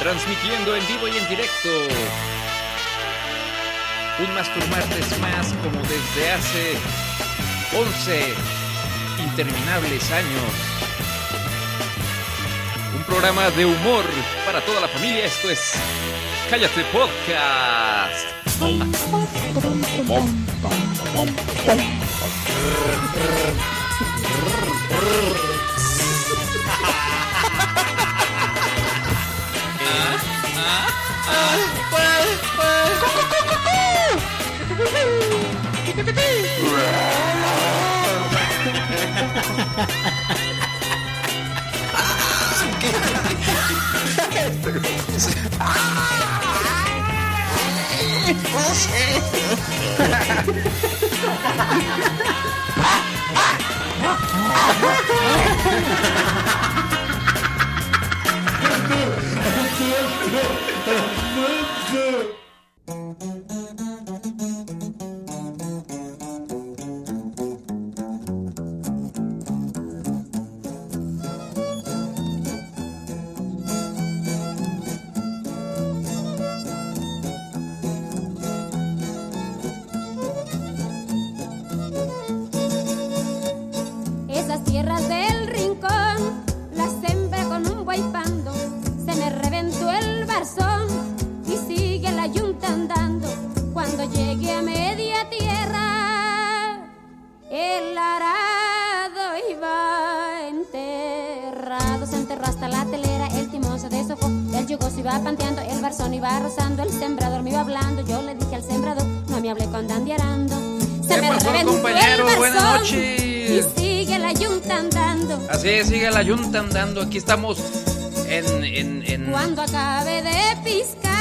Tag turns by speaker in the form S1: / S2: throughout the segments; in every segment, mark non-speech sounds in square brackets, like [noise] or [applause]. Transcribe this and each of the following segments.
S1: transmitiendo en vivo y en directo. Un Mastur Martes más, como desde hace 11 interminables años. Un programa de humor para toda la familia. Esto es Cállate Podcast.
S2: Esas tierras del rincón las sembré con un guaypando. Se me reventó el barzón y sigue la yunta andando. Cuando llegue a media tierra, el arado iba enterrado. Se enterró hasta la telera, el timón se deshojó. El yugoso iba panteando, el barzón iba rozando. El sembrador me iba hablando. Yo le dije al sembrador, no me hablé con dandiarando. Se
S1: ¿Qué
S2: me
S1: pasó,
S2: reventó el
S1: compañero? Buenas
S2: barzón
S1: noches.
S2: y Sigue la yunta andando
S1: Así es, sigue la yunta andando. Aquí estamos en. en, en
S2: cuando acabe de piscar.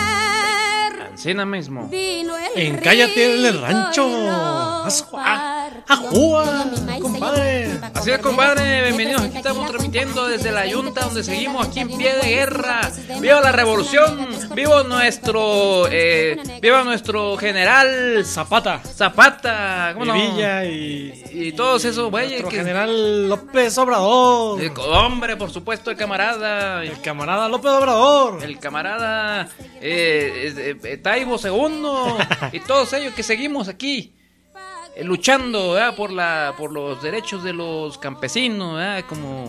S1: Ancina mismo.
S2: Vino el
S3: En Cállate en el
S2: rico
S3: rancho.
S2: y lo
S3: Asua-
S2: partió.
S3: ajúa,
S2: Todo mi maíz se
S3: compadre.
S2: llevó para
S1: Así es,
S2: comer.
S1: compadre,
S2: Me
S1: bienvenidos. Aquí
S2: presenta
S1: estamos
S2: la
S1: transmitiendo
S2: cuenta
S1: desde
S2: de
S1: la
S2: 20
S1: Yunta, donde
S2: pesos de
S1: seguimos aquí en
S2: la
S1: pie de
S2: cuenta,
S1: guerra.
S2: pesos de
S1: ¡Viva la
S2: México,
S1: revolución!
S2: pesos de
S1: ¡Viva
S2: México,
S1: nuestro,
S2: pesos de
S1: eh,
S2: México,
S1: viva
S2: pesos de
S1: nuestro
S2: México.
S1: general
S3: Zapata,
S1: Zapata! ¿Cómo no?
S3: Villa y,
S1: Y todos esos güeyes
S3: nuestro
S1: que-
S3: general López Obrador.
S1: Eh, Hombre, por supuesto, el camarada.
S3: El camarada López Obrador.
S1: El camarada eh, eh, eh, Taibo Segundo. Y todos ellos que seguimos aquí. eh, Luchando ¿verdad? por la por los derechos de los campesinos, ¿verdad? como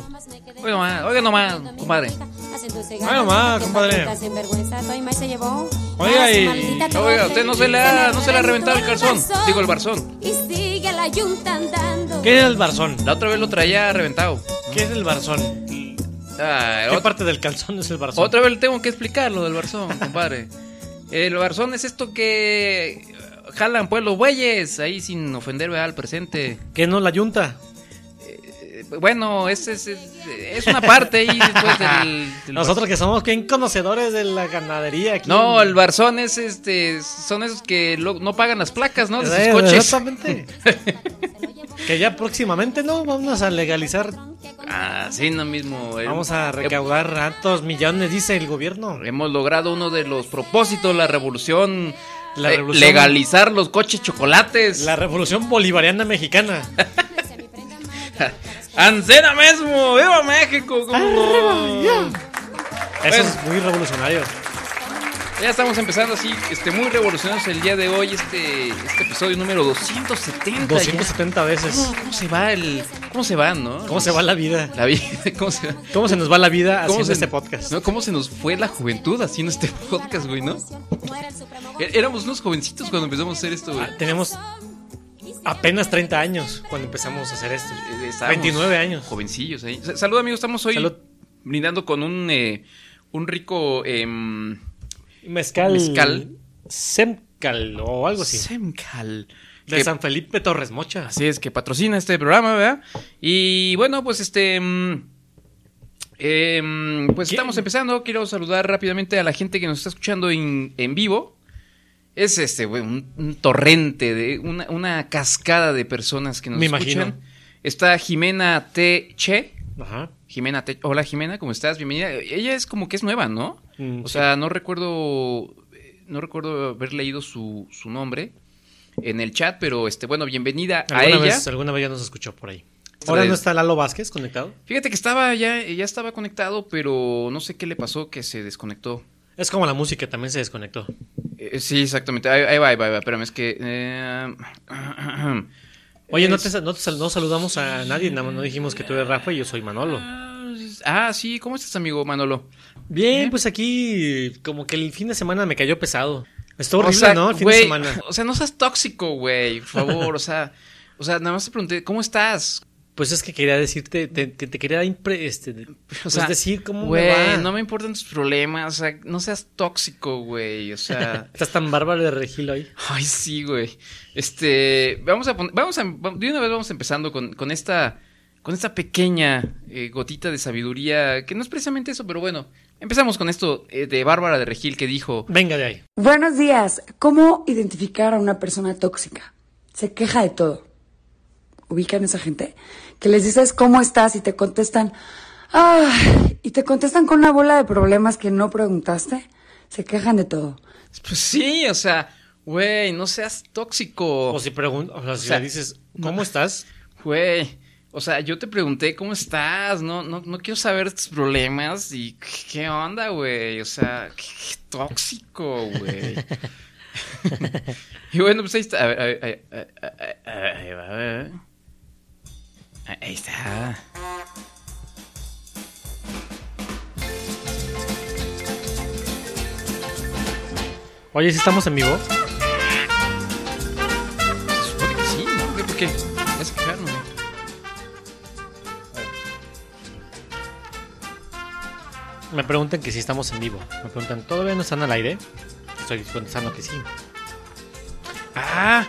S1: Oiga nomás, oiga nomás, compadre.
S2: Oiga nomás, compadre.
S3: Oiga, y-
S1: oiga, usted no se le ha- no se le ha reventado el calzón, digo, el barzón.
S2: Y sigue la yunta andando.
S3: ¿Qué es el Barzón?
S1: La otra vez lo traía reventado.
S3: ¿Qué es el Barzón?
S1: Ah,
S3: ¿Qué
S1: otra-
S3: parte del calzón es el Barzón?
S1: Otra vez le tengo que explicar lo del
S3: [laughs]
S1: barzón, compadre. El barzón es esto que eh, jalan pues los bueyes, ahí sin ofender ¿verdad? al presente.
S3: ¿Qué no la yunta?
S1: Eh, Bueno, es, es, es- es una parte ahí después del... del
S3: [laughs] Nosotros que somos bien conocedores de la ganadería aquí.
S1: No, el barzón es este, son esos que lo- no pagan las placas, ¿no? De
S3: Eh,
S1: sus coches.
S3: Exactamente.
S1: [laughs]
S3: que ya próximamente, ¿no? Vamos a legalizar.
S1: Ah, [laughs] sí, no mismo. eh,
S3: Vamos a recaudar ratos millones, dice el gobierno.
S1: Hemos logrado uno de los propósitos de la revolución,
S3: La
S1: eh,
S3: revolución-
S1: legalizar los coches chocolates.
S3: La revolución
S1: [laughs]
S3: bolivariana mexicana.
S1: Ancena mismo, viva México. ¿cómo no?
S3: Eso
S1: Bueno.
S3: es muy revolucionario.
S1: Ya estamos empezando así, este muy revolucionados el día de hoy, este, este episodio número 270. ya. Ah,
S3: 270 veces.
S1: ¿Cómo, cómo se va el, cómo se va, no?
S3: ¿Cómo se va la vida?
S1: La vida, [laughs] ¿cómo se va?
S3: ¿Cómo se nos va la vida
S1: ¿Cómo
S3: haciendo
S1: se-
S3: este podcast?
S1: no, ¿Cómo se nos fue la juventud haciendo este podcast, güey, no? É- Éramos unos jovencitos cuando empezamos a hacer esto, güey.
S3: Ah, Tenemos apenas 30 años cuando empezamos a hacer esto.
S1: Eh, estábamos
S3: 29 años.
S1: Jovencillos ahí. Sa- Salud, amigos, estamos hoy
S3: Salud.
S1: brindando con un, eh, un rico... em,
S3: Mezcal.
S1: Mezcal.
S3: Semcal o algo así.
S1: Semcal. Ah,
S3: De
S1: Que-
S3: San Felipe Torres Mocha.
S1: Así es, que patrocina este programa, ¿verdad? Y bueno, pues este... mm, em, pues
S3: ¿Qué?
S1: estamos empezando. Quiero saludar rápidamente a la gente que nos está escuchando en, en vivo. Es este, güey, un, un torrente, de una, una cascada de personas que nos
S3: Me
S1: escuchan.
S3: imagino.
S1: Está Jimena T. Che.
S3: Ajá.
S1: Jimena Te- Hola Jimena, ¿cómo estás? Bienvenida. Ella es como que es nueva, ¿no?
S3: Mm,
S1: o
S3: sí.
S1: sea, no recuerdo eh, no recuerdo haber leído su, su nombre en el chat, pero este bueno, bienvenida a
S3: ¿Alguna
S1: ella.
S3: vez, alguna vez ya nos escuchó por ahí. Ahora
S1: Tres.
S3: no está Lalo Vázquez conectado.
S1: Fíjate que estaba ya ya estaba conectado, pero no sé qué le pasó que se desconectó.
S3: Es como la música, también se desconectó.
S1: Eh, sí, exactamente. Ahí, ahí va, ahí va, ahí va. Espérame, es que. eh, [clears throat]
S3: Oye, no,
S1: es-
S3: te, sa- no, te sal- no saludamos a nadie, nada más no dijimos que tú eres Rafa y yo soy Manolo.
S1: Ah, sí, ¿cómo estás, amigo Manolo?
S3: Bien, pues aquí como que el fin de semana me cayó pesado. Estuvo horrible,
S1: O sea,
S3: ¿no? El fin
S1: güey,
S3: de semana.
S1: [laughs] O sea, no seas tóxico, güey, por favor. o sea, o sea, nada más te pregunté, ¿cómo estás?
S3: Pues es que quería decirte, te, te- te quería impre- este,
S1: O
S3: pues
S1: sea,
S3: decir cómo
S1: güey,
S3: me va.
S1: no me importan tus problemas, o sea, no seas tóxico, güey, o sea,
S3: Estás tan bárbaro de regil hoy.
S1: ay, sí, güey. Este, vamos a pon- vamos a de una vez vamos empezando con, con esta con esta pequeña eh, gotita de sabiduría, que no es precisamente eso, pero bueno, empezamos con esto eh, de Bárbara de Regil que dijo,
S3: Venga de ahí.
S4: Buenos días. ¿Cómo identificar a una persona tóxica? Se queja de todo. Ubican a esa gente que les dices cómo estás y te contestan, ah, y te contestan con una bola de problemas que no preguntaste. Se quejan de todo.
S1: pues sí, o sea, güey, no seas tóxico.
S3: O si pregunto, o sea,
S1: Oh. O
S3: si
S1: sea,
S3: le dices, ¿cómo estás?
S1: Güey, o sea, yo te pregunté cómo estás, no, no, no quiero saber tus problemas y qué- qué onda, güey, o sea, qué, qué tóxico, güey. y bueno, pues ahí está, a ver, a ver, a ver, a ver, a ver, ahí va, a ver. Ah, Ahí está.
S3: Oye, si estamos en vivo.
S1: Se supone que sí, ¿no? ¿Por qué? ¿Por qué? Me hace quejarme, güey.
S3: Me preguntan que si estamos en vivo. Me preguntan, ¿todavía no están al aire? Estoy contestando que sí.
S1: Oh. Ah.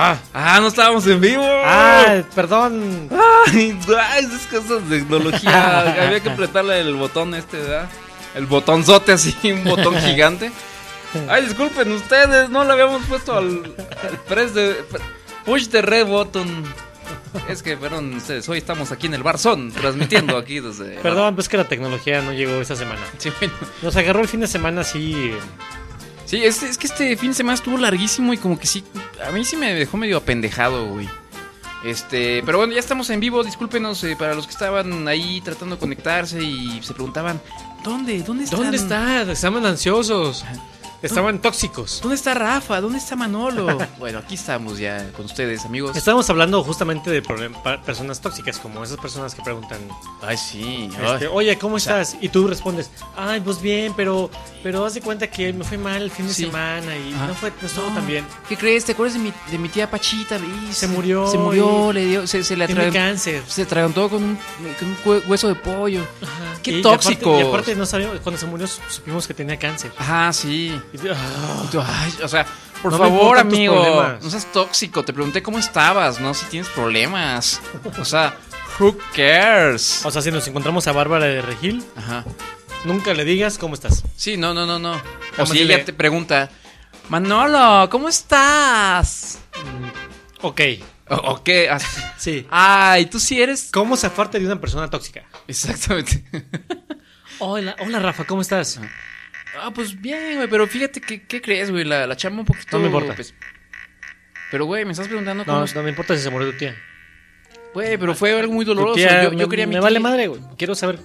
S1: Ah, ah, no estábamos en vivo.
S3: Ah, perdón.
S1: Ay, ay, esas cosas de tecnología. Había que apretarle el botón este, ¿verdad? El botonzote así, [laughs] un botón gigante. Ay, disculpen ustedes, no le habíamos puesto al, al press de push the red button. Es que, perdón, ustedes, hoy estamos aquí en el Barzón, transmitiendo aquí desde.
S3: Perdón, pues que la tecnología no llegó esta semana.
S1: Sí, bueno.
S3: Nos agarró el fin de semana así. eh,
S1: Sí, es, es que este fin de semana estuvo larguísimo y como que sí, a mí sí me dejó medio apendejado, güey. Este, pero bueno, ya estamos en vivo, discúlpenos eh, para los que estaban ahí tratando de conectarse y se preguntaban, ¿dónde? ¿Dónde están? Ah.
S3: ¿Dónde está? Estaban ansiosos. Estaban tóxicos.
S1: ¿Dónde está Rafa? ¿Dónde está
S3: [laughs]
S1: Manolo? bueno, aquí estamos ya con ustedes, amigos.
S3: Estábamos hablando justamente de problem- pa- personas tóxicas, como esas personas que preguntan,
S1: Ay, sí.
S3: este,
S1: ay.
S3: oye, ¿cómo
S1: sea-
S3: estás? Y tú respondes, ay, pues bien, pero, pero haz de cuenta que me fue mal el fin de
S1: Sí.
S3: semana y
S1: Ajá.
S3: no fue, no estuvo tan bien.
S1: ¿Qué crees? ¿Te acuerdas de mi, de mi tía Pachita? Y
S3: Se murió
S1: Se murió, le dio, se, se le
S3: Tiene
S1: atragantó.
S3: cáncer.
S1: Se atragantó con un, con un hue- hueso de pollo.
S3: Ajá.
S1: Qué
S3: Y- y
S1: tóxico.
S3: aparte- Y aparte, no sabíamos, cuando se murió sup- supimos que tenía cáncer.
S1: Ajá, sí.
S3: Y tú, ah,
S1: Y tú, ay, o sea, por
S3: No me
S1: favor,
S3: importan tus
S1: amigo,
S3: problemas.
S1: no seas tóxico. Te pregunté cómo estabas, ¿no? Si tienes problemas. O sea, who cares?
S3: O sea, si nos encontramos a Bárbara de Regil,
S1: Ajá.
S3: nunca le digas cómo estás.
S1: Sí, no, no, no, no. O
S3: Jamás
S1: si ella
S3: dile-
S1: te pregunta, Manolo, ¿cómo estás?
S3: Ok,
S1: O, o qué. Ah,
S3: sí.
S1: Ay, tú sí eres.
S3: ¿Cómo zafarte de una persona tóxica?
S1: Exactamente.
S3: Hola, hola Rafa, ¿cómo estás?
S1: [laughs] Ah, pues bien, güey, pero fíjate que, ¿qué crees, güey? La, la chamba un poquito.
S3: No me importa.
S1: pues, pero, güey, me estás preguntando cómo.
S3: No,
S1: es-
S3: no me importa si se murió tu tía.
S1: Güey, pero fue algo muy doloroso.
S3: Tu tía
S1: yo, yo
S3: me-
S1: quería a mi
S3: Me vale
S1: tía.
S3: madre, güey. Quiero saber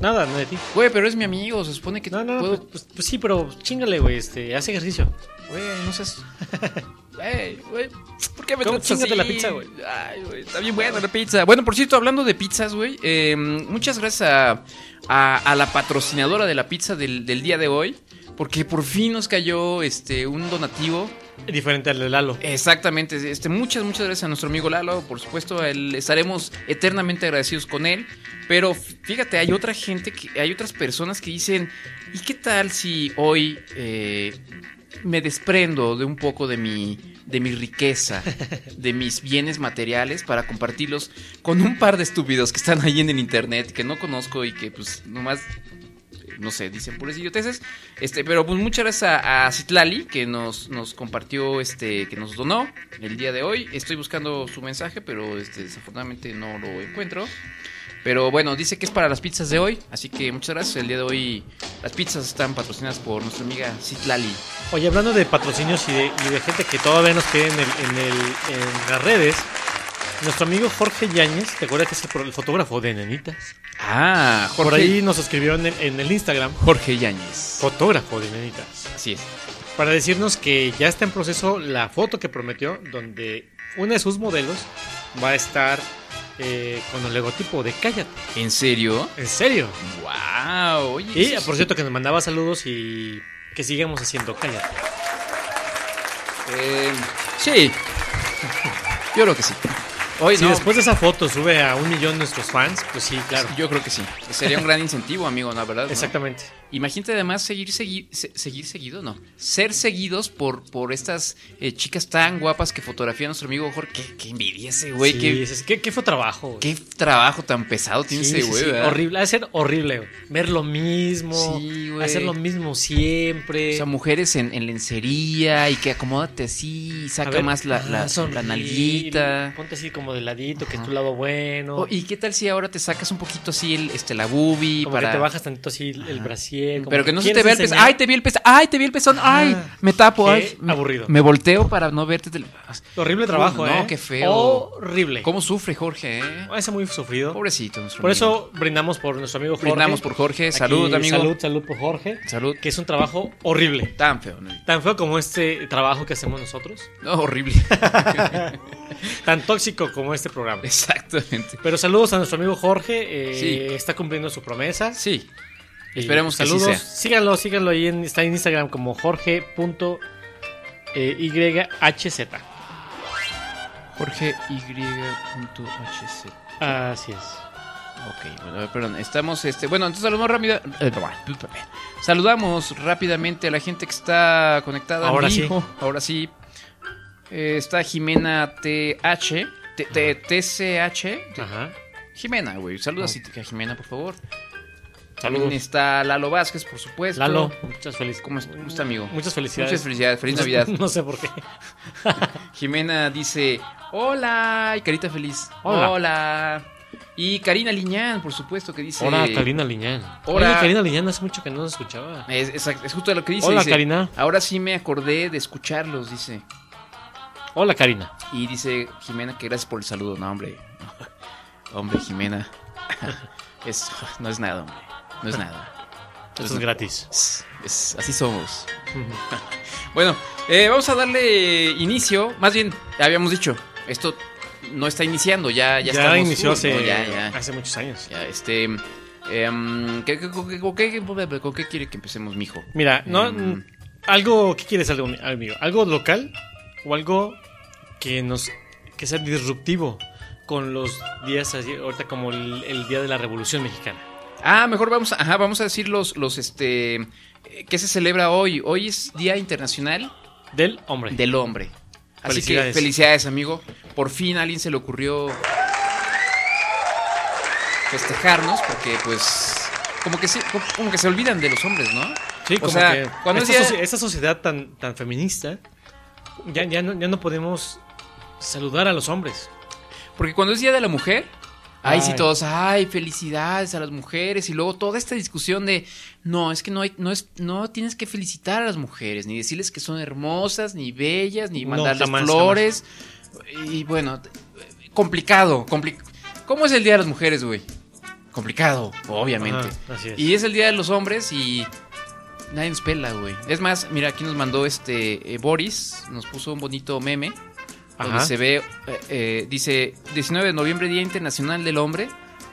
S3: nada, no de ti.
S1: Güey, pero es mi amigo, se supone que
S3: No, no,
S1: puedo.
S3: pues, pues- pues sí, pero chingale, güey. Este, haz ejercicio.
S1: Güey, no
S3: [laughs]
S1: seas. Güey, güey. ¿Por qué me
S3: ¿Cómo
S1: tratas
S3: chingate
S1: así?
S3: la pizza, güey?
S1: Ay, güey, está bien buena la pizza. Bueno, por cierto, hablando de pizzas, güey, eh, muchas gracias a, a- a la patrocinadora de la pizza del, del día de hoy. Porque por fin nos cayó este un donativo.
S3: Diferente al de Lalo.
S1: Exactamente. Este, muchas, muchas gracias a nuestro amigo Lalo. Por supuesto, a él- estaremos eternamente agradecidos con él. Pero fíjate, hay otra gente, que, hay otras personas que dicen, ¿y qué tal si hoy eh, me desprendo de un poco de mi, de mi riqueza, de mis bienes materiales para compartirlos con un par de estúpidos que están ahí en el internet, que no conozco y que pues nomás... eh, No sé, dicen puras idioteces. Este, pero pues muchas gracias a, a Citlali que nos, nos compartió, este, que nos donó el día de hoy. Estoy buscando su mensaje, pero este, desafortunadamente no lo encuentro. Pero bueno, dice que es para las pizzas de hoy, así que muchas gracias. El día de hoy las pizzas están patrocinadas por nuestra amiga Citlali.
S3: Oye, hablando de patrocinios y de, y de gente que todavía nos piden en, el- en el- en las redes, Nuestro amigo Jorge Yáñez, ¿te acuerdas que es el, pro- el fotógrafo de Nenitas?
S1: Ah, Jorge,
S3: Por ahí nos escribió en el, en el Instagram,
S1: Jorge Yáñez.
S3: fotógrafo de Nenitas,
S1: Así es.
S3: para decirnos que ya está en proceso la foto que prometió, donde una de sus modelos va a estar eh, con el logotipo de Cállate.
S1: ¿En serio?
S3: ¿En serio?
S1: Wow, oye.
S3: Y
S1: eso
S3: por
S1: es-
S3: cierto que nos mandaba saludos y que sigamos haciendo Cállate.
S1: eh, sí. Yo creo que sí. Hoy
S3: Si
S1: no,
S3: después de esa foto sube a un millón nuestros fans, pues sí, claro.
S1: Yo creo que sí. [laughs] Sería un gran incentivo, amigo, la verdad. ¿no?
S3: Exactamente.
S1: Imagínate además seguir, segui- se- seguir seguido, no. Ser seguidos por, por estas eh, chicas tan guapas que fotografía a nuestro amigo Jorge. Qué, qué envidia ese güey.
S3: Sí,
S1: qué,
S3: es- ¿qué, qué fue trabajo? güey?
S1: qué trabajo tan pesado tiene
S3: Sí,
S1: ese
S3: sí,
S1: güey,
S3: sí,
S1: ¿verdad?
S3: Horrible, ha de ser horrible. güey. Ver lo mismo,
S1: Sí, güey.
S3: hacer lo mismo siempre.
S1: O sea, mujeres en, en lencería y que acomódate así, y
S3: A
S1: saca
S3: ver,
S1: más la, la,
S3: ah, sonreír,
S1: la nalguita.
S3: Ponte así como de ladito, que es
S1: Ajá.
S3: tu lado bueno.
S1: Oh, ¿Y qué tal si ahora te sacas un poquito así el, este, la boobie
S3: como
S1: para...
S3: que te bajas tantito así el- el brasier. como
S1: Pero que no se te
S3: quieres
S1: vea el pezón.
S3: enseñar-
S1: Ay, te vi el pezón. Ay, te vi el pezón. Ay,
S3: Ajá.
S1: me tapo.
S3: Qué
S1: ay, me-
S3: aburrido.
S1: Me volteo para no verte. del-
S3: Horrible trabajo,
S1: No,
S3: ¿eh?
S1: qué feo.
S3: Horrible.
S1: ¿Cómo sufre Jorge? eh?
S3: Ese muy sufrido.
S1: Pobrecito. nuestro
S3: Por
S1: amigo.
S3: eso brindamos por nuestro amigo Jorge.
S1: Brindamos por Jorge. Salud, amigo.
S3: Salud, salud por Jorge.
S1: Salud.
S3: Que es un trabajo horrible.
S1: Tan feo. ¿no?
S3: Tan feo como este trabajo que hacemos nosotros.
S1: No, horrible. [laughs]
S3: Tan tóxico como este programa.
S1: Exactamente.
S3: Pero saludos a nuestro amigo Jorge. eh,
S1: Sí.
S3: Está cumpliendo su promesa.
S1: Sí.
S3: Y
S1: Esperemos que así sea.
S3: saludos. Síganlo, síganlo ahí. En, está en Instagram como eh, jorge.yhz.
S1: Jorge Y.HC.
S3: Así es.
S1: Ok, bueno, perdón, estamos, este, bueno, entonces saludamos rápido, eh, saludamos rápidamente a la gente que está conectada.
S3: Ahora sí.
S1: hijo. Ahora sí. Eh, está Jimena TH, T- T- TCH,
S3: Ajá.
S1: Jimena, güey, saludos a a Jimena, por favor. También
S3: Saludos.
S1: está Lalo Vázquez, por supuesto.
S3: Lalo, muchas felicidades.
S1: ¿Cómo es- cómo está, amigo?
S3: Muchas felicidades.
S1: Muchas felicidades, feliz Navidad.
S3: [laughs] No sé por qué.
S1: Jimena dice, hola, y Carita Feliz, hola.
S3: Hola.
S1: Y Karina Liñán, por supuesto, que dice...
S3: Hola, Karina Liñán.
S1: Hola.
S3: Oye, Karina Liñán, hace mucho que no nos escuchaba.
S1: Es, exacto, es justo lo que dice.
S3: Hola,
S1: dice,
S3: Karina.
S1: Ahora sí me acordé de escucharlos, dice.
S3: Hola, Karina.
S1: Y dice Jimena que gracias por el saludo. No, hombre. [laughs] Hombre, Jimena. [laughs] Es, no es nada, hombre. No es nada.
S3: Esto es gratis.
S1: Es- es- así somos. [laughs] Bueno, eh, vamos a darle inicio. Más bien, ya habíamos dicho, esto no está iniciando. Ya, ya,
S3: Ya,
S1: estamos-
S3: inició
S1: Uy,
S3: hace,
S1: no, ya, ya.
S3: hace muchos años.
S1: Ya, este. em, ¿qué- qué- con qué- con qué- ¿Con qué quiere que empecemos, mijo?
S3: Mira, no,
S1: Mm.
S3: algo, ¿qué quieres algo, amigo? ¿Algo local o algo que nos que sea disruptivo con los días así, ahorita como el, el día de la Revolución Mexicana?
S1: Ah, mejor vamos a, ajá, vamos a decir los, los, este, eh, ¿qué se celebra hoy? Hoy es Día Internacional
S3: Del hombre.
S1: del Hombre. Así
S3: Felicidades.
S1: que felicidades, amigo. Por fin a alguien se le ocurrió festejarnos porque, pues, como que se, como que se olvidan de los hombres, ¿no?
S3: Sí,
S1: o
S3: como
S1: sea,
S3: que
S1: cuando es
S3: esta,
S1: día-
S3: soci- esta sociedad tan, tan feminista, ya, ya, no, ya no podemos saludar a los hombres.
S1: Porque cuando es Día de la Mujer, ahí sí
S3: Ay.
S1: todos, ay, felicidades a las mujeres. Y luego toda esta discusión de, no, es que no, hay, no, es, no tienes que felicitar a las mujeres, ni decirles que son hermosas, ni bellas, ni
S3: No,
S1: mandarles
S3: jamás,
S1: flores. Y bueno, t- complicado. compli- ¿Cómo es el Día de las Mujeres, güey? Complicado, obviamente.
S3: Ajá, así es.
S1: Y es el Día de los Hombres y... Nadie nos pela, güey. Es más, mira, aquí nos mandó este eh, Boris, nos puso un bonito meme donde
S3: Ajá.
S1: se ve, eh, eh, dice 19 de noviembre, Día Internacional del Hombre,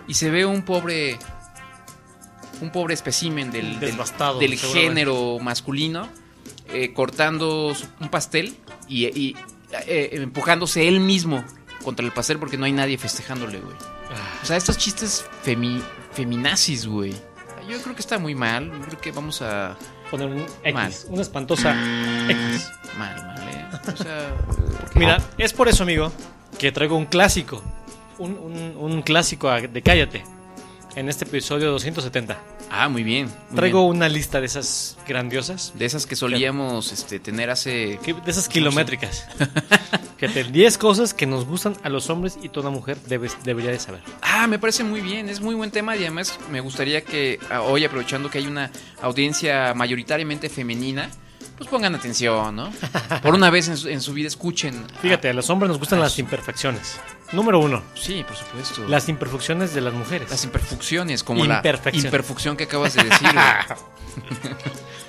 S1: y se ve un pobre, un pobre especimen del, del,
S3: Desbastado,
S1: del
S3: seguramente.
S1: género masculino, eh, cortando su- un pastel y, y, eh, empujándose él mismo contra el pastel porque no hay nadie festejándole, güey.
S3: Ah,
S1: O sea, estos chistes femi- feminazis, güey. Yo creo que está muy mal, yo creo que vamos a...
S3: Poner un
S1: Mal.
S3: X, una espantosa X.
S1: Mal, mal, ¿eh? O sea...
S3: Mira, es por eso, amigo, que traigo un clásico. Un, un- un clásico a- de Cállate. En este episodio 270.
S1: Ah, muy bien. muy
S3: Traigo
S1: bien.
S3: una lista de esas grandiosas.
S1: De esas que solíamos este, tener hace...
S3: que- De esas kilométricas.
S1: [laughs]
S3: Fíjate, 10 cosas que nos gustan a los hombres y toda mujer debes- debería de saber.
S1: Ah, me parece muy bien, es muy buen tema y además me gustaría que ah, hoy, aprovechando que hay una audiencia mayoritariamente femenina, pues pongan atención, ¿no? Por una vez en su, en su vida escuchen.
S3: Fíjate, a los hombres nos gustan
S1: Ah,
S3: las
S1: sí.
S3: imperfecciones.
S1: Ah,
S3: Número uno,
S1: Sí, por supuesto. Las,
S3: las imperfecciones de las mujeres.
S1: imperfecciones, como
S3: Imperfección.
S1: la imperfección que acabas de decir.
S3: [laughs]
S1: güey.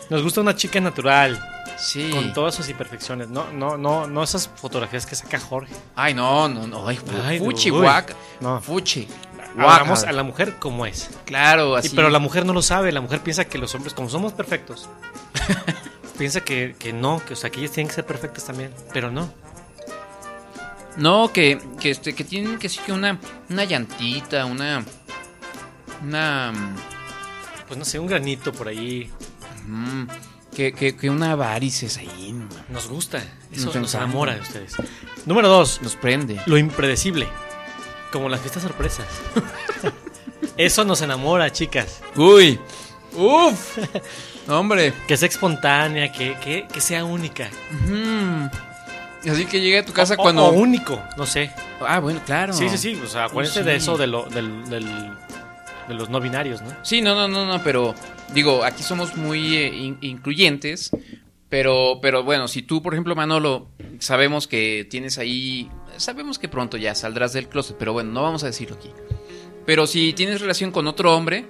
S3: Nos gusta una chica natural,
S1: Sí.
S3: con todas sus imperfecciones. No, no, no, no esas fotografías que saca Jorge.
S1: Ay, no, no, no. Ay, fu-
S3: Ay,
S1: fuchi,
S3: uy.
S1: guac.
S3: No.
S1: Fuchi.
S3: Hablamos
S1: guácala.
S3: a la mujer como es.
S1: Claro,
S3: Y-
S1: así.
S3: pero la mujer no lo sabe, la mujer piensa que los hombres, como somos [laughs] perfectos, piensa que, que no, que, o sea, que ellas tienen que ser perfectas también, pero no.
S1: No, que, que, este, que tienen que sí que una, una llantita, una. Una.
S3: Pues no sé, un granito por ahí
S1: mm, que, que, que una varices ahí. no mames.
S3: nos gusta,
S1: Nos
S3: eso nos,
S1: encanta.
S3: enamora de ustedes. Número dos,
S1: Nos prende.
S3: lo impredecible, como las fiestas sorpresas. [laughs] eso nos enamora, chicas.
S1: Uy. Uf. Hombre.
S3: Que sea espontánea, que, que, que sea única.
S1: Mm. Así que llegué a tu casa
S3: O- o-
S1: cuando.
S3: o único, no sé.
S1: Ah, bueno, claro.
S3: Sí, sí, sí. O sea, acuérdense
S1: Sí.
S3: de eso, de, lo, del, del- de los no binarios, ¿no?
S1: Sí, no, no, no, no, pero digo, aquí somos muy eh, in- incluyentes, pero, pero bueno, si tú, por ejemplo, Manolo, sabemos que tienes ahí, sabemos que pronto ya saldrás del closet, pero bueno, no vamos a decirlo aquí. Pero si tienes relación con otro hombre,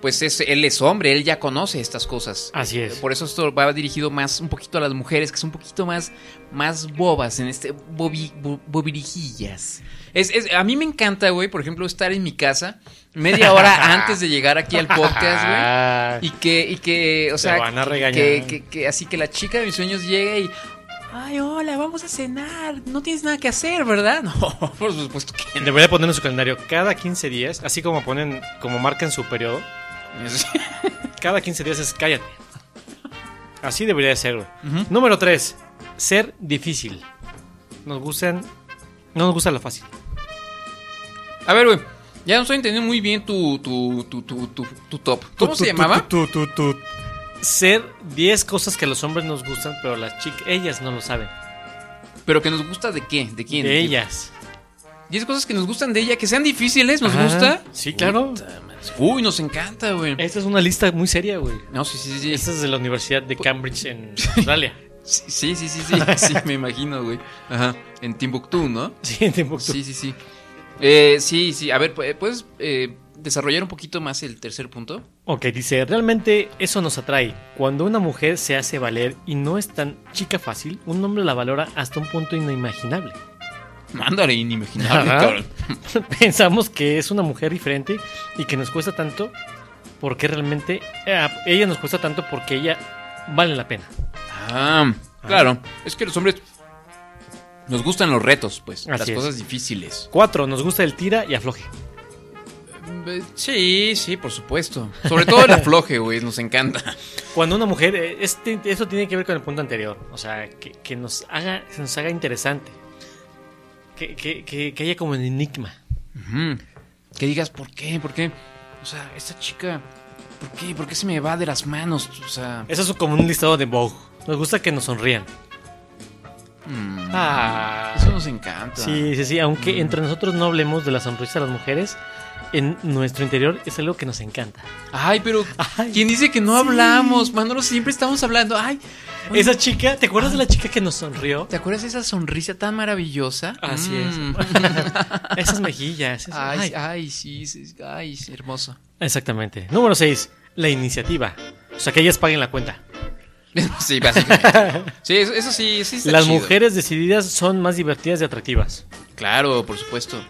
S1: pues es, él es hombre, él ya conoce estas cosas.
S3: Así es.
S1: Por eso esto va dirigido más un poquito a las mujeres, que son un poquito más, más bobas en este bobi, bo- bobirijillas. Es, es- a mí me encanta, güey, por ejemplo, estar en mi casa media
S3: [laughs]
S1: hora antes de llegar aquí al podcast, güey.
S3: Ah,
S1: Y que, y que, o
S3: Te
S1: sea,
S3: van a
S1: que-
S3: regañar.
S1: Que, que- que así que la chica de mis sueños llega y... Ay, hola, vamos a cenar. No tienes nada que hacer, ¿verdad? [laughs] No, por supuesto que no.
S3: Debería poner en su calendario cada 15 días, así como ponen, como marcan su periodo, cada 15 días es cállate. Así debería de ser, güey.
S1: Ujú.
S3: Número 3, ser difícil. Nos gustan, no nos gusta lo fácil.
S1: [laughs] A ver, güey. Ya no estoy entendiendo muy bien tu, tu, tu, tu, tu, tu top. ¿Cómo
S3: Tu,
S1: se
S3: tu,
S1: llamaba?
S3: tu, tu, tu, tu. Ser 10 cosas que a los hombres nos gustan, pero las chicas, ellas no lo saben.
S1: Pero que nos gusta de qué? ¿De quién?
S3: De ellas.
S1: Diez cosas que nos gustan de ella, que sean difíciles, nos
S3: Ah,
S1: gusta.
S3: Sí, claro.
S1: Uy, nos encanta, güey.
S3: Esta es una lista muy seria, güey.
S1: No, sí, sí, sí.
S3: Esta es de la Universidad de
S1: [laughs]
S3: Cambridge en Australia.
S1: Sí, sí, sí, sí, sí, [laughs] sí, me imagino, güey. Ajá. En Timbuktu, ¿no?
S3: Sí, en Timbuktu.
S1: Sí, sí, sí. Eh, sí, sí. A ver, ¿pu- ¿puedes eh, desarrollar un poquito más el tercer [laughs] punto?
S3: Ok, dice, realmente eso nos atrae. Cuando una mujer se hace valer y no es tan chica fácil, un hombre la valora hasta un punto inimaginable. [laughs]
S1: Mándale, inimaginable,
S3: Ajá.
S1: cabrón.
S3: Pensamos que es una mujer diferente y que nos cuesta tanto porque realmente eh, ella nos cuesta tanto porque ella vale la pena.
S1: Ah, claro. Es que los hombres nos gustan los retos, pues. las
S3: Así es.
S1: cosas difíciles.
S3: Cuatro, nos gusta el tira y afloje.
S1: Eh, Sí, sí, por supuesto. Sobre todo el [laughs] afloje, güey, nos encanta.
S3: Cuando una mujer, eh, este, esto tiene que ver con el punto anterior, o sea, que, que nos haga, se nos haga interesante, que, que- que- que haya como un enigma.
S1: Ujú. Que digas, ¿por qué? ¿Por qué? O sea, esta chica, ¿por qué? ¿Por qué se me va de las manos? O sea,
S3: Eso es como un listado de Vogue. Nos gusta que nos sonrían.
S1: Mm.
S3: Ah.
S1: eso nos encanta.
S3: Sí, sí, sí.
S1: Mm.
S3: Aunque entre nosotros no hablemos de la sonrisa de las mujeres, en nuestro interior es algo que nos encanta.
S1: Ay, pero
S3: Ay,
S1: ¿quién dice que no hablamos? Manolo, siempre estamos hablando. Ay, oye,
S3: Esa chica, ¿te acuerdas de la chica que nos sonrió?
S1: ¿te acuerdas de esa sonrisa tan maravillosa?
S3: Así es. [laughs]
S1: Mm. [laughs]
S3: Esas mejillas. esas-
S1: Ay, ah.
S3: ay.
S1: ay, sí, sí, ay, sí, hermoso.
S3: Exactamente. Número 6. La iniciativa. O sea, que ellas paguen la cuenta.
S1: [laughs] Sí, básicamente. Sí, eso, eso sí, sí. está
S3: Las
S1: chido.
S3: mujeres decididas son más divertidas y atractivas.
S1: Claro, por supuesto.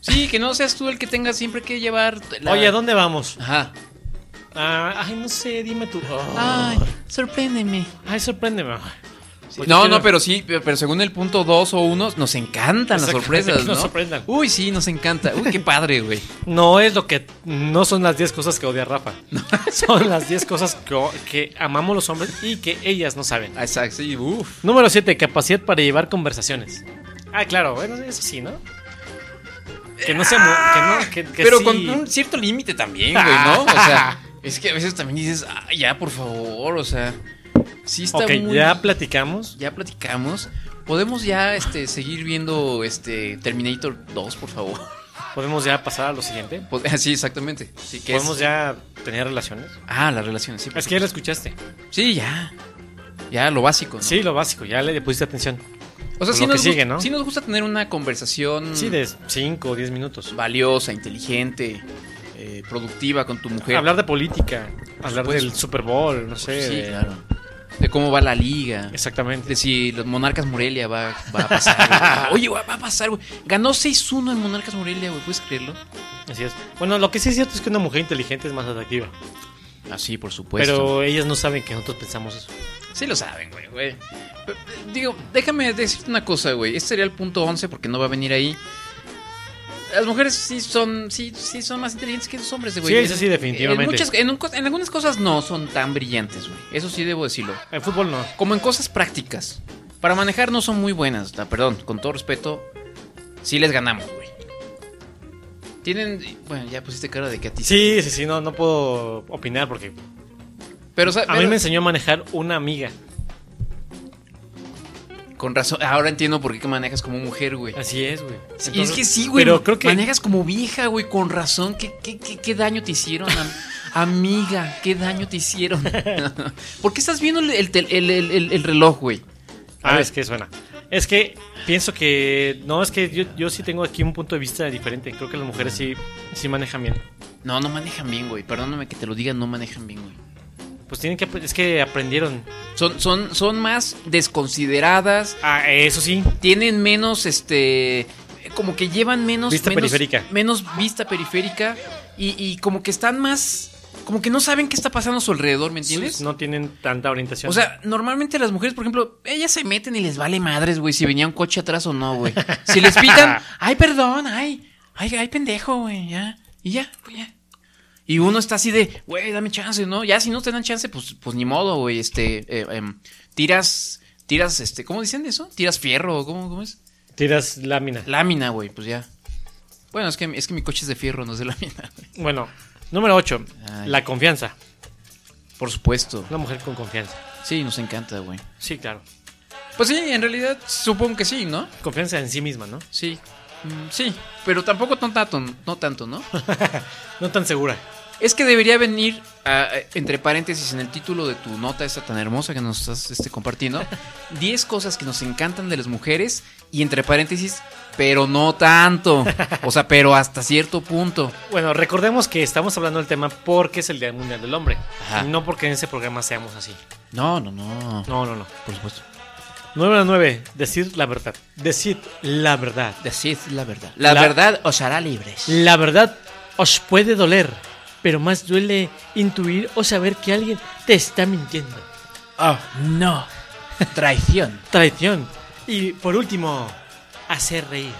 S1: Sí, que no seas tú el que tenga siempre que llevar. la-
S3: Oye, ¿a dónde vamos?
S1: Ajá.
S3: Ah, ay, no sé, dime tú. Oh.
S1: Ay, sorpréndeme.
S3: Ay, sorpréndeme. Pues
S1: no,
S3: quiero-
S1: no, pero sí, pero según el punto 2 o 1, nos encantan las
S3: Exactamente,
S1: sorpresas,
S3: que
S1: ¿no?
S3: [laughs] nos sorprendan.
S1: Uy, sí, nos encanta. Uy, qué padre, güey.
S3: No es lo que. No son las 10 cosas que odia Rafa. [laughs] Son las 10 cosas que, o- que amamos los hombres y que ellas no saben.
S1: Exacto, sí, uff.
S3: Número 7. Capacidad para llevar conversaciones. Ah, claro, bueno, eso sí, ¿no? Que no se. mu- Que no. Que, que
S1: Pero
S3: sí.
S1: con un cierto límite también, güey, ¿no? O sea, [laughs] es que a veces también dices, ah, ya, por favor, o sea, sí está
S3: Ok,
S1: muy...
S3: ya platicamos.
S1: ya platicamos. Podemos ya, este, seguir viendo, este, Terminator 2, por favor. [laughs]
S3: Podemos ya pasar a lo siguiente.
S1: Pod- ah, Sí, exactamente. Sí, que es-
S3: Podemos ya tener relaciones.
S1: Ah, las relaciones, sí. por
S3: Es que ya lo escuchaste.
S1: Sí, ya. Ya, lo básico. ¿no?
S3: Sí, lo básico, ya le pusiste atención.
S1: O sea,
S3: pues Lo
S1: sí
S3: que
S1: nos,
S3: sigue,
S1: gust-
S3: ¿no?
S1: sí nos gusta tener una conversación
S3: Sí, de 5 o 10 minutos.
S1: valiosa, inteligente, eh, productiva con tu mujer.
S3: Hablar de política, hablar
S1: supuesto.
S3: del Super Bowl, no sé.
S1: Sí,
S3: de-
S1: claro. De cómo va la liga.
S3: Exactamente.
S1: De si los Monarcas Morelia va, va a pasar.
S3: [laughs]
S1: güey. Oye, güey, va a pasar, güey. Ganó 6-1 en Monarcas Morelia, güey. ¿Puedes creerlo?
S3: Así es. Bueno, lo que sí es cierto es que una mujer inteligente es más atractiva. Ah,
S1: Así, por supuesto.
S3: Pero ellas no saben que nosotros pensamos eso.
S1: Sí lo saben, güey, güey. Pero, Digo, déjame decirte una cosa, güey. Este sería el punto 11 porque no va a venir ahí. Las mujeres sí son, sí, sí son más inteligentes que los hombres, güey.
S3: Sí, eso
S1: En-
S3: sí, definitivamente.
S1: En, muchas- en un co- en algunas cosas no son tan brillantes, güey. Eso sí debo decirlo.
S3: En fútbol no.
S1: Como en cosas prácticas. Para manejar no son muy buenas. Ah, Perdón, con todo respeto. Sí les ganamos, güey. Tienen... Bueno, ya pusiste cara de que a ti
S3: Sí, sí, sí, no, no puedo opinar porque
S1: Pero, o sea,
S3: a mí
S1: pero-
S3: me enseñó a manejar una amiga.
S1: con razón... Ahora entiendo por qué manejas como mujer, güey.
S3: Así es, güey.
S1: Sí,
S3: Entonces-
S1: es que sí, güey.
S3: Pero creo que
S1: Manejas como vieja, güey, con razón. ¿Qué, qué, qué, qué daño te hicieron,
S3: [laughs]
S1: am- amiga? ¿Qué daño te hicieron? [laughs] ¿Por qué estás viendo el, el tel- el- el- el- el reloj, güey?
S3: Ah, es que suena. Es que pienso que. No, es que yo, yo sí tengo aquí un punto de vista diferente. Creo que las mujeres sí, sí manejan bien.
S1: No, no manejan bien, güey. Perdóname que te lo diga, no manejan bien, güey.
S3: Pues tienen que. Es que aprendieron.
S1: Son, son, son más desconsideradas,
S3: Ah, eso sí.
S1: tienen menos, este, como que llevan menos...
S3: Vista
S1: menos-
S3: periférica.
S1: Menos vista periférica y, y como que están más... Como que no saben qué está pasando a su alrededor, ¿me entiendes?
S3: No tienen tanta orientación.
S1: O sea, normalmente las mujeres, por ejemplo, ellas se meten y les vale madres, güey, si venía un coche atrás o no, güey. Si les pitan, ay, perdón, ay, ay, ay, pendejo, güey, ya. Y ya, güey, ya. Y uno está así de, güey, dame chance, ¿no? Ya si no te dan chance, pues, pues ni modo, güey, este, eh, em, tiras, tiras, este, ¿cómo dicen eso? Tiras fierro, ¿cómo, cómo es?
S3: tiras lámina.
S1: Lámina, güey, pues ya. Bueno, es que, es que mi coche es de fierro, no es de [laughs] lámina, güey.
S3: Bueno, número 8.
S1: Ay.
S3: La confianza.
S1: Por supuesto.
S3: Una mujer con confianza.
S1: Sí, nos encanta, güey.
S3: Sí, claro.
S1: Pues sí, en realidad supongo que sí, ¿no?
S3: Confianza en sí misma, ¿no?
S1: Sí. Mm, sí, pero tampoco tan tanto, no tanto, ¿no? [laughs]
S3: No tan segura.
S1: es que debería venir, ah, eh, entre paréntesis, en el título de tu nota esta tan hermosa que nos estás este, [laughs] compartiendo, 10 cosas que nos encantan de las mujeres y entre paréntesis, pero no tanto. O sea, pero hasta cierto punto.
S3: Bueno, recordemos que estamos hablando del tema porque es el Día Mundial del Hombre.
S1: Ajá.
S3: No porque en ese programa seamos así.
S1: No, no, no.
S3: No, no, no.
S1: Por supuesto.
S3: Número 9. Decir la verdad. Decir la verdad.
S1: Decid la verdad. La,
S3: La-
S1: verdad os hará libres.
S3: La verdad os puede doler, pero más duele intuir o saber que alguien te está mintiendo.
S1: Oh, no. [laughs] Traición. [laughs]
S3: Traición. Y por último, hacer reír.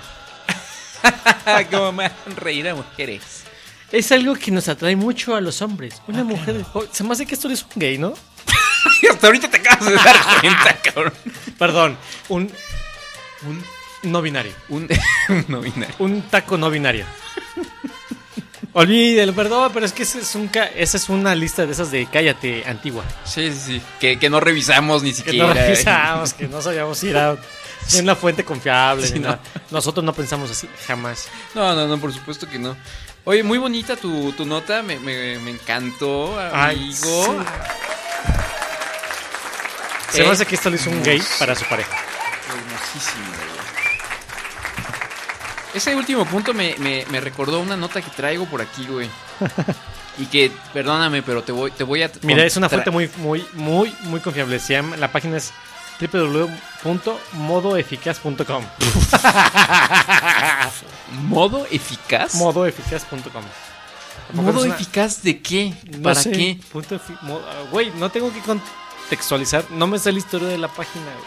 S1: Como me hacen reír a mujeres. [laughs]
S3: Es algo que nos atrae mucho a los hombres. Una mujer. oh, se me hace que esto eres un gay, ¿no?
S1: Hasta ahorita te acabas de dar cuenta, cabrón.
S3: Perdón, un
S1: Un
S3: no binario. [laughs]
S1: Un no binario.
S3: Un taco no binario. Olvídelo, perdón, pero es que ese es un ca- esa es una lista de esas de cállate antigua.
S1: Sí, sí, sí. Que, que no revisamos ni
S3: Que no
S1: siquiera. ¿eh?
S3: revisamos, que no sabíamos ir a ni una fuente confiable.
S1: Sí,
S3: ni
S1: no.
S3: nada. Nosotros no pensamos así, jamás.
S1: No, no, no, por supuesto que no. Oye, muy bonita tu, tu nota, me, me- me encantó,
S3: Ay,
S1: amigo.
S3: Se
S1: Eh,
S3: me hace que esto lo hizo un gay para su pareja.
S1: Hermosísimo. Ese último punto me, me- me recordó una nota que traigo por aquí,
S3: [laughs]
S1: güey. Y que, perdóname, pero te voy, te voy a...
S3: Mira, es una
S1: contra-
S3: fuente muy, muy, muy, muy confiable. Se llama- la página es www.modoeficaz.com.
S1: ¿Modo eficaz?
S3: Modoeficaz.com.
S1: ¿Modo
S3: Es una-
S1: eficaz de qué?
S3: no
S1: ¿Para
S3: sé,
S1: qué?
S3: punto efi- mo- ah, Güey, no tengo que contextualizar. No me sé la historia de la página. güey.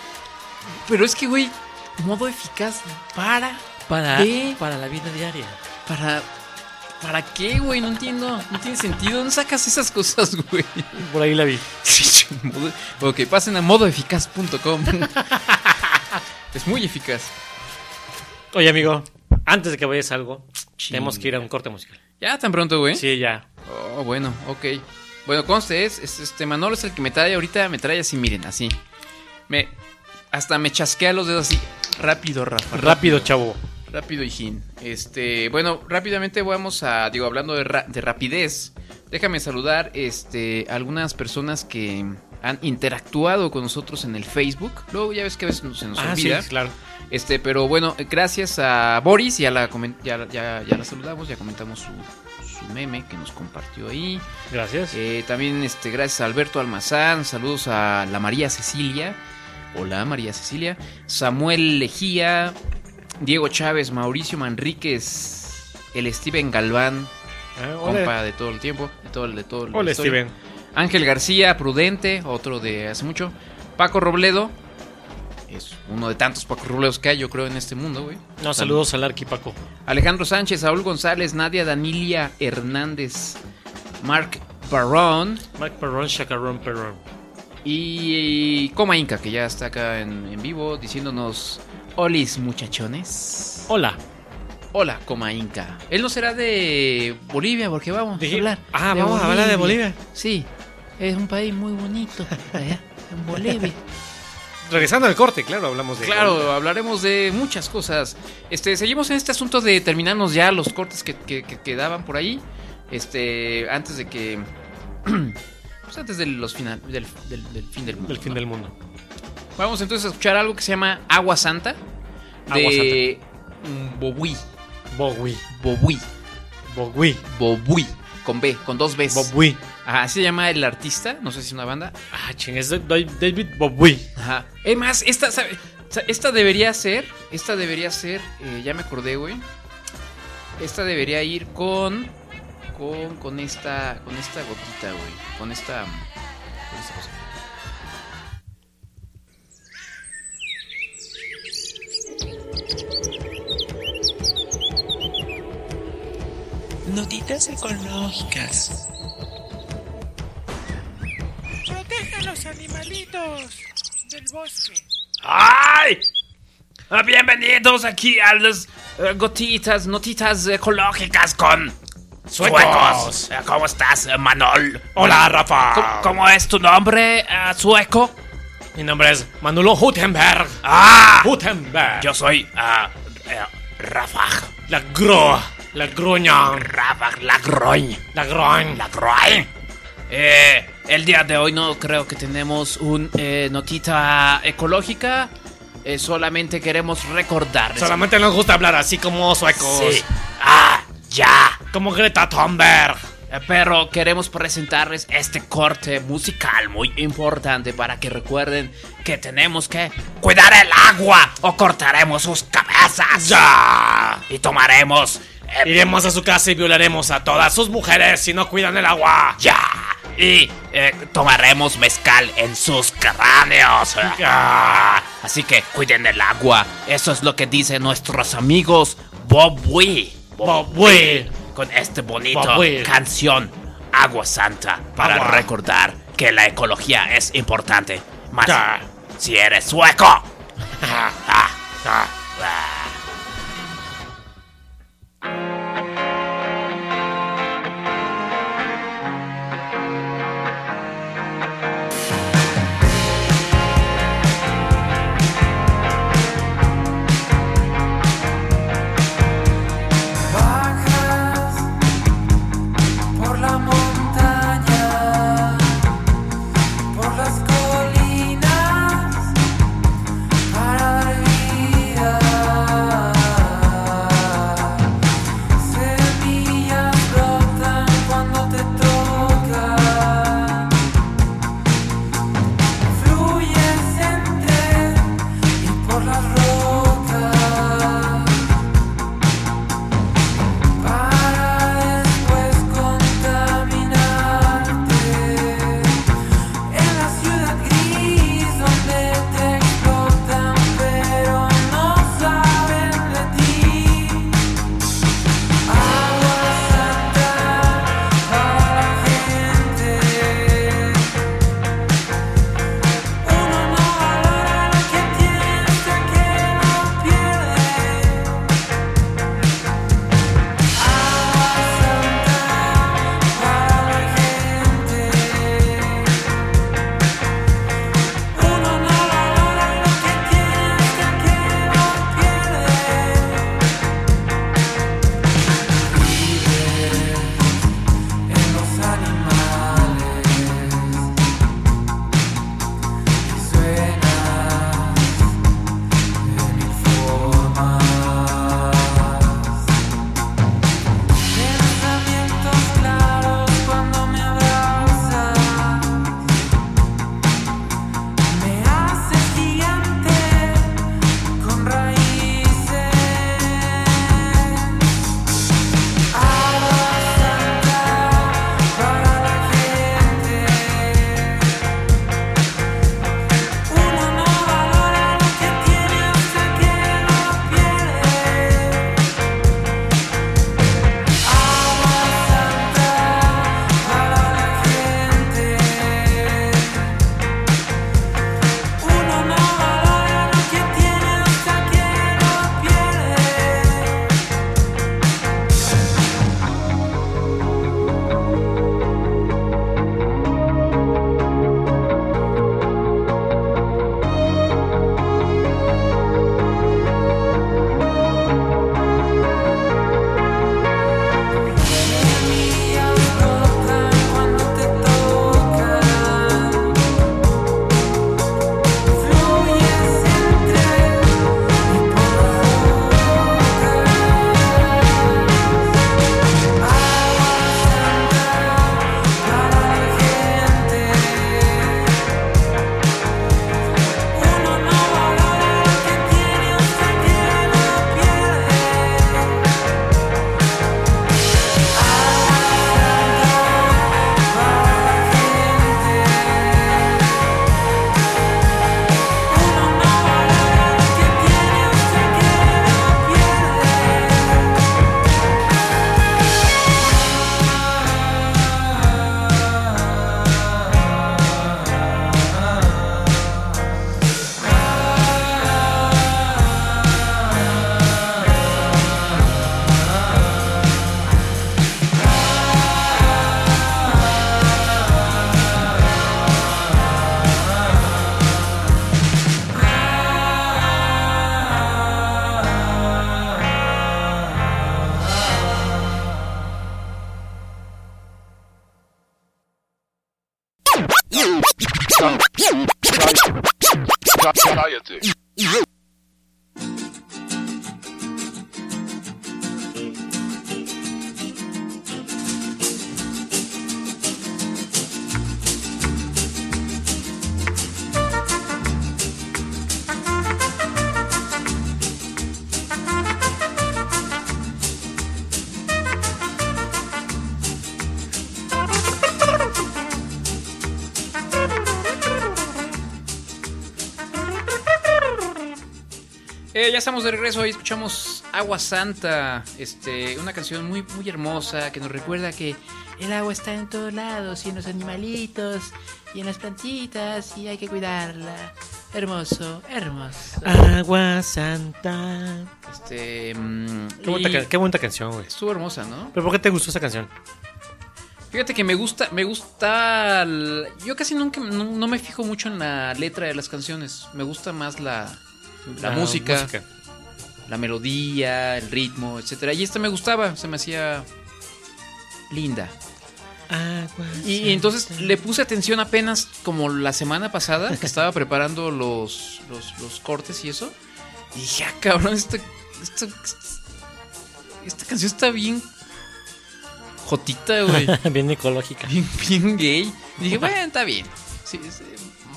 S1: Pero es que, güey, modo eficaz para...
S3: Para,
S1: ¿Qué?
S3: para la vida diaria.
S1: ¿Para, para qué, güey? No entiendo. No tiene sentido. No sacas esas cosas, güey. [laughs]
S3: Por ahí la vi.
S1: ok, pasen a modoeficaz.com. [laughs] es muy eficaz.
S3: Oye, amigo, antes de que vayas a algo,
S1: Chinga. ¿Eh?
S3: tenemos que ir a un corte musical.
S1: Ya tan pronto, güey.
S3: Sí, ya.
S1: Oh, bueno, ok. Bueno, conste, es, es- este Manolo es el que me trae ahorita, me trae así, miren, así. Me hasta me chasquea los dedos así. Rápido, Rafa.
S3: Rápido, chavo.
S1: Rápido, hijín. Este, bueno, rápidamente vamos a, digo, hablando de, ra- de rapidez, déjame saludar este, algunas personas que han interactuado con nosotros en el Facebook. Luego ya ves que a veces se nos
S3: Ah, sí,
S1: olvida.
S3: claro.
S1: Este, pero bueno, gracias a Boris, ya la, comen- ya, ya, ya la saludamos, ya comentamos su, su meme que nos compartió ahí.
S3: Gracias.
S1: Eh, también este, gracias a Alberto Almazán, saludos a la María Cecilia. Hola María Cecilia. Samuel Lejía, Diego Chávez, Mauricio Manríquez, el Steven Galván,
S3: Ah,
S1: compa
S3: hola,
S1: de todo el tiempo, de todo, el- de todo el- la
S3: hola
S1: historia.
S3: Steven.
S1: Ángel García, Prudente, otro de hace mucho. Paco Robledo, es uno de tantos Paco Robledos que hay, yo creo, en este mundo, güey.
S3: No, saludos al Arqui Paco.
S1: Alejandro Sánchez, Saúl González, Nadia Danilia Hernández, Mark Barón
S3: Mike Perrón, Chacarrón Perrón.
S1: y eh, Coma Inca, que ya está acá en, en vivo diciéndonos: Olis, muchachones.
S3: Hola.
S1: Hola, Coma Inca. Él no será de Bolivia, porque vamos
S3: Dije-
S1: a hablar.
S3: Ah, vamos a hablar de Bolivia.
S1: Sí, es un país muy bonito, allá en
S3: [laughs]
S1: Bolivia.
S3: Regresando al corte, claro, hablamos de.
S1: Claro, hablaremos de muchas cosas. Este, seguimos en este asunto de terminarnos ya los cortes que, que- que quedaban por ahí. Este, antes de que. [clears throat] pues antes de los final, del, del- del fin del mundo.
S3: Del fin
S1: ¿no?
S3: del mundo.
S1: Vamos entonces a escuchar algo que se llama Agua Santa. De mm, Bobuí.
S3: Bowie.
S1: Bobuí.
S3: Bowie.
S1: Bobuí. Con B, con dos Bs.
S3: Bowie.
S1: Ajá, así se llama el artista. No sé si es una banda.
S3: Ah, ching, es de- de- David Bowie.
S1: Ajá. Es más, esta, ¿sabe? Sa- esta debería ser. Esta debería ser. eh, ya me acordé, güey. Esta debería ir con. Con, con esta. Con esta gotita, güey. Con esta. Con esta cosa.
S5: Notitas ecológicas. Proteja a los animalitos del bosque.
S1: ¡Ay! Ah, Bienvenidos aquí a las eh, gotitas, notitas ecológicas con suecos. Eh, ¿Cómo estás, eh, Manol?
S5: Hola, Rafa.
S1: ¿Cómo, cómo es tu nombre, eh, sueco?
S3: Mi nombre es Manolo Hutenberg.
S5: ¡Ah!
S3: Hutenberg.
S5: Yo soy ah, eh, Rafa.
S3: La Groa. La Gruña.
S5: Rafa Lagroin.
S3: La Groñ.
S5: Lagroin.
S1: Eh, el día de hoy no creo que tenemos un eh, notita ecológica. Eh, solamente queremos recordarles.
S3: Solamente nos gusta hablar así como suecos.
S5: Sí. ¡Ah! ¡Ya!
S3: Como Greta Thunberg.
S1: Eh, pero queremos presentarles este corte musical muy importante para que recuerden que tenemos que
S5: ¡Cuidar el agua! ¡O cortaremos sus cabezas! ¡Ya! Y tomaremos. eh,
S3: Iremos a su casa y violaremos a todas sus mujeres si no cuidan el agua.
S5: ¡Ya! Y eh, tomaremos mezcal en sus cráneos. ¡Ya! Así que cuiden el agua. Eso es lo que dicen nuestros amigos Bob Wee.
S3: Bowie.
S5: Con este bonito
S3: Bob Wee.
S5: canción Agua Santa. Para
S3: Agua.
S5: recordar que la ecología es importante. Más
S3: Ya.
S5: si eres sueco.
S6: Bajas por la montaña, por las colinas, para dar vida.
S1: Eh, ya estamos de regreso y escuchamos Agua Santa, este, una canción muy, muy hermosa que nos recuerda que el agua está en todos lados y en los animalitos y en las plantitas y hay que cuidarla. Hermoso, hermoso.
S3: Agua Santa.
S1: Este, mm,
S3: Qué bonita,
S1: y
S3: ca- qué bonita canción, güey.
S1: estuvo hermosa, ¿no?
S3: ¿Pero por qué te gustó esa canción?
S1: Fíjate que me gusta, me gusta, el- yo casi nunca, no, no me fijo mucho en la letra de las canciones, me gusta más la, la música. la melodía, el ritmo, etcétera. Y esta me gustaba, se me hacía linda.
S3: Agua
S1: Y, y entonces le puse atención apenas como la semana pasada que estaba preparando los, los, los cortes y eso. Y dije, ah, cabrón, esta, esta, esta canción está bien jotita, güey.
S3: Santa. [laughs] Bien ecológica.
S1: Bien, bien gay. Y dije, bueno, está bien. Sí, sí,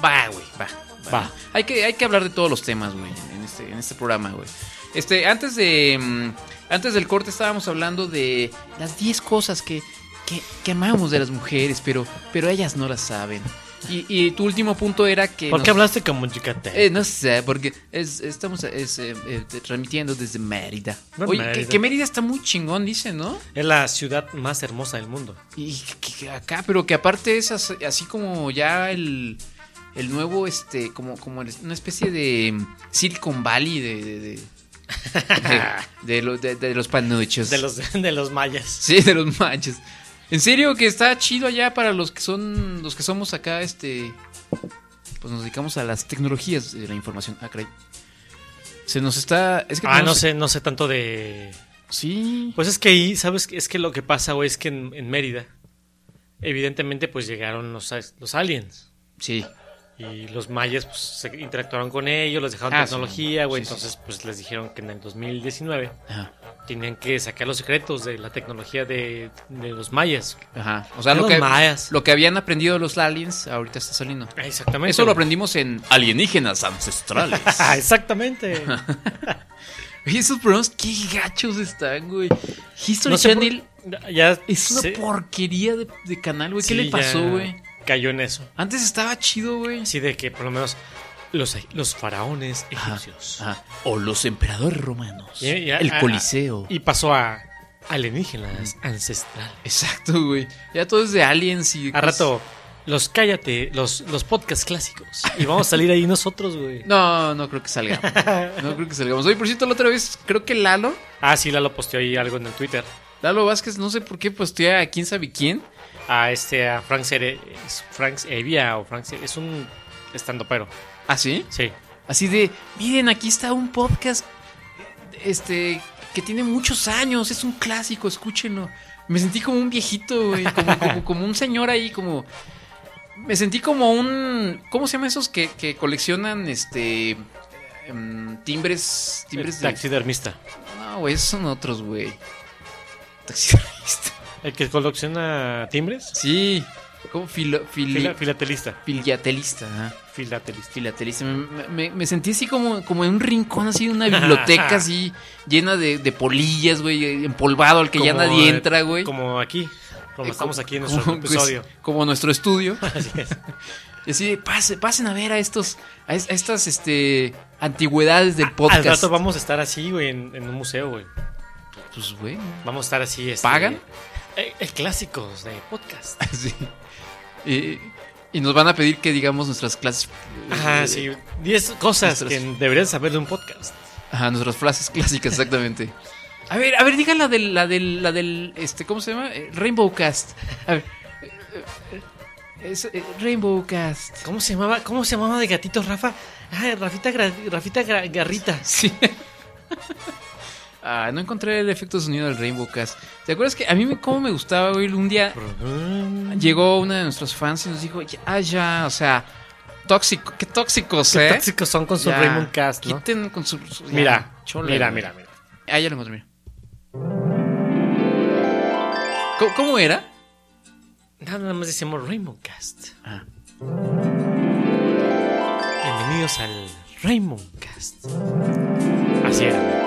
S1: va, güey, va. Va.
S3: Va.
S1: Hay, que, hay que hablar de todos los temas, güey, en este, en este programa, güey. Este, antes de. mm, Antes del corte estábamos hablando de las 10 cosas que, que, que amamos de las mujeres, pero, pero ellas no las saben. Y, y tu último punto era que.
S3: ¿Por qué
S1: nos-
S3: hablaste como yucateco?
S1: eh, no sé, porque es- estamos es, eh, eh, transmitiendo desde Mérida.
S3: No,
S1: Oye, Que,
S3: Mérida.
S1: que Mérida está muy chingón, dicen, ¿no?
S3: Es la ciudad más hermosa del mundo.
S1: Y que- que acá, pero que aparte es as- así, como ya el, el nuevo, este, como, como el- una especie de mm, Silicon Valley de, de, de,
S3: [laughs]
S1: de- de lo- de- de los panuchos.
S3: De los, [laughs] de los mayas.
S1: Sí, de los manches. En serio, que está chido allá para los que son, los que somos acá, este, pues nos dedicamos a las tecnologías de la información. Ah, caray. Se nos está, es que
S3: Ah, no
S1: tenemos-
S3: sé, no sé tanto de.
S1: Sí.
S3: Pues es que ahí, ¿sabes? Es que lo que pasa, güey, es que en, en Mérida, evidentemente, pues llegaron los, a- los aliens.
S1: Sí.
S3: Y los mayas, pues, se interactuaron con ellos, les dejaron
S1: Ah, sí.
S3: tecnología, güey.
S1: Sí, sí,
S3: entonces, pues, les dijeron que en el 2019
S1: Ajá.
S3: tenían que sacar los secretos de la tecnología de, de los mayas.
S1: Ajá. O sea,
S3: De
S1: lo
S3: los
S1: que,
S3: mayas.
S1: lo que habían aprendido los aliens, ahorita está saliendo.
S3: Ah, Exactamente. [laughs]
S1: Eso lo
S3: güey.
S1: aprendimos en Alienígenas
S5: [laughs]
S1: Ancestrales.
S3: Ah, exactamente.
S1: Oye, esos programas, qué gachos están, güey. History
S3: No sé por-
S1: Channel
S3: [laughs] ya
S1: es una
S3: se-
S1: porquería de, de canal, güey. ¿Qué
S3: sí,
S1: le
S3: ya
S1: pasó, güey?
S3: Cayó en eso.
S1: Antes estaba chido, güey.
S3: Así de que por lo menos los, los faraones egipcios.
S1: Ajá. O los emperadores romanos.
S3: Y- y-
S1: el
S3: a- a-
S1: Coliseo.
S3: y pasó a alienígenas ancestral.
S1: Exacto, güey. Ya todo es de aliens y.
S3: A
S1: cosas-
S3: rato, los cállate, los, los podcasts clásicos. Y vamos a salir ahí nosotros, güey.
S1: No, no creo que [laughs] salgamos. No creo que salgamos. Oye, por cierto, la otra vez, creo que Lalo,
S3: Ah, sí, Lalo posteó ahí algo en el Twitter.
S1: Lalo Vázquez, no sé por qué postea a quién sabe quién.
S3: A este, a Frank Sere, es Frank Evia o Frank Sere- es un estandopero.
S1: ¿Ah, sí?
S3: Sí.
S1: Así de, miren, aquí está un podcast este que tiene muchos años, es un clásico, escúchenlo. Me sentí como un viejito, güey, como, como- como un señor ahí, como... Me sentí como un... ¿Cómo se llaman esos que, que coleccionan este em, timbres?
S3: El
S1: Timbres de...
S3: taxidermista.
S1: No, güey, esos son otros, güey. Taxidermista.
S3: El que colecciona timbres.
S1: [laughs] Sí, como filo, fil-
S3: Fila- filatelista.
S1: filatelista, ajá.
S3: Filatelista.
S1: filatelista. Me, me- me sentí así como, como en un rincón, así de una biblioteca,
S3: [laughs]
S1: así llena de, de polillas, güey, empolvado al que ya
S3: Como,
S1: nadie
S3: eh,
S1: entra, güey.
S3: Como aquí. Como
S1: Eh,
S3: estamos
S1: co-
S3: aquí en nuestro
S1: como- [laughs] pues,
S3: episodio.
S1: como nuestro estudio.
S3: [laughs] Así es.
S1: Y así, de, pase- pasen a ver a estos, a, es- a estas este, antigüedades del
S3: Al
S1: podcast.
S3: rato vamos a estar así, güey, en, en un museo, güey.
S1: Pues, güey. [laughs]
S3: Vamos a estar así. este,
S1: ¿Pagan?
S3: eh, eh, clásicos de
S1: [laughs]
S3: podcast.
S1: así. Y, y nos van a pedir que digamos nuestras clases.
S3: Ajá,
S1: eh,
S3: sí. 10 cosas
S1: nuestros-
S3: que deberías saber de un podcast.
S1: Ajá, nuestras frases [laughs] clásicas, exactamente. A ver, a ver, diga la del, la del, la del, este, ¿cómo se llama? Eh, Rainbow Cast. A ver. eh, eh, es, eh, Rainbow Cast. [laughs]
S3: ¿Cómo se llamaba? ¿Cómo se llamaba de gatitos, Rafa? Ah, Rafita, Gra- Rafita Gra- Garrita.
S1: Sí. Ah, no encontré el efecto de sonido del Rainbow Cast. ¿Te acuerdas que a mí me, cómo me gustaba, güey? Un día llegó una de nuestros fans y nos dijo, ah, ya, o sea, tóxico, qué tóxicos,
S3: Qué
S1: ¿eh?
S3: tóxicos son con su
S1: Ya,
S3: Raymond Cast, ¿no?
S1: Quiten con su. su- ya,
S3: Mira,
S1: chole,
S3: mira,
S1: güey.
S3: mira, mira.
S1: Ah, ya lo encontré, mira. ¿Cómo, cómo era?
S3: Nada más decimos Raymond Cast.
S1: Ah.
S3: Bienvenidos al Raymond Cast. Así era.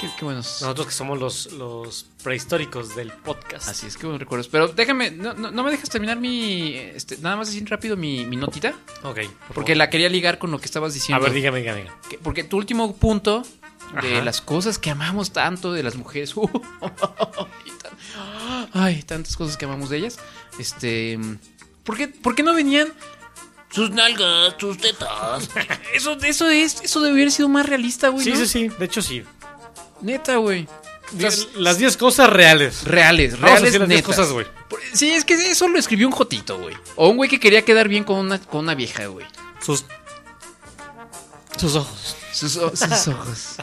S1: Qué, qué buenos.
S3: Nosotros que somos los, los prehistóricos del podcast.
S1: Así es, qué buenos recuerdos. Pero déjame, no, no, no me dejas terminar mi. este, nada más decir rápido mi, mi notita.
S3: Ok. por
S1: Porque la quería ligar con lo que estabas
S3: favor.
S1: diciendo.
S3: A ver, dígame, dígame. dígame.
S1: Que- Porque tu último punto de
S3: Ajá.
S1: las cosas que amamos tanto de las mujeres. [laughs] uh, y tan- ay, tantas cosas que amamos de ellas. Este. ¿Por qué, por qué no venían sus nalgas, sus tetas? Eso, eso es, eso debió haber sido más realista, güey.
S3: Sí,
S1: ¿no?
S3: sí, sí. De hecho, sí.
S1: Neta, güey.
S3: Las- Las 10 cosas reales.
S1: Reales, reales.
S3: Vamos a decir las 10
S1: netas.
S3: cosas, güey.
S1: Por- Sí, es que eso lo escribió un jotito, güey. O un güey que quería quedar bien con una, con una vieja, güey.
S3: Sus. Sus ojos.
S1: Sus, o- sus ojos.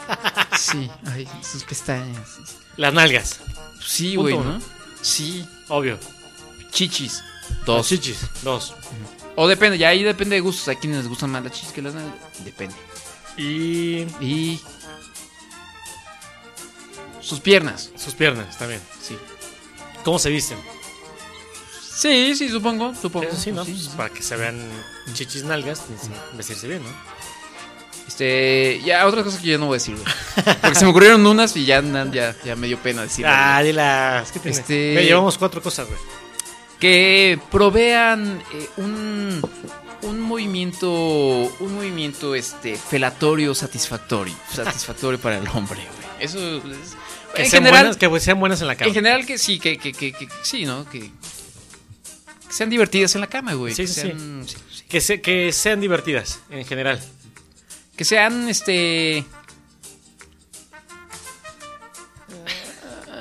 S1: Sí, ay, sus pestañas.
S3: Las nalgas.
S1: Sí,
S3: Punto
S1: güey,
S3: uno.
S1: ¿no? Sí.
S3: Obvio.
S1: Chichis.
S3: Dos.
S1: Dos.
S3: Chichis. Dos.
S1: o depende, ya ahí depende de gustos. Hay quienes les gustan más las chichis que las nalgas. Depende.
S3: Y.
S1: Y. Sus piernas.
S3: Sus piernas también.
S1: Sí.
S3: ¿Cómo se visten?
S1: Sí, sí, supongo. Supongo.
S3: Eso sí, ¿no?
S1: Sí,
S3: Pues
S1: sí.
S3: para que se vean
S1: Mm,
S3: chichis nalgas, tienes que vestirse bien, ¿no?
S1: Este. Ya, otras cosas que yo no voy a decir, güey. Porque se me ocurrieron unas y ya, na- ya, ya me dio pena decirlas. güey.
S3: Ah, dilas. ¿Qué tiene?
S1: Este-
S3: Ve, llevamos cuatro cosas, güey.
S1: que provean eh, un, un movimiento un movimiento este felatorio
S3: [laughs]
S1: satisfactorio satisfactorio para el hombre güey. eso es,
S3: Que,
S1: en
S3: sean
S1: general
S3: buenas, que sean buenas en la cama.
S1: en general que sí que, que, que, que- sí no que, que sean divertidas en la cama güey
S3: Sí,
S1: que,
S3: sí, sí.
S1: sean, sí, sí.
S3: Que, se- que sean divertidas, en general.
S1: que sean este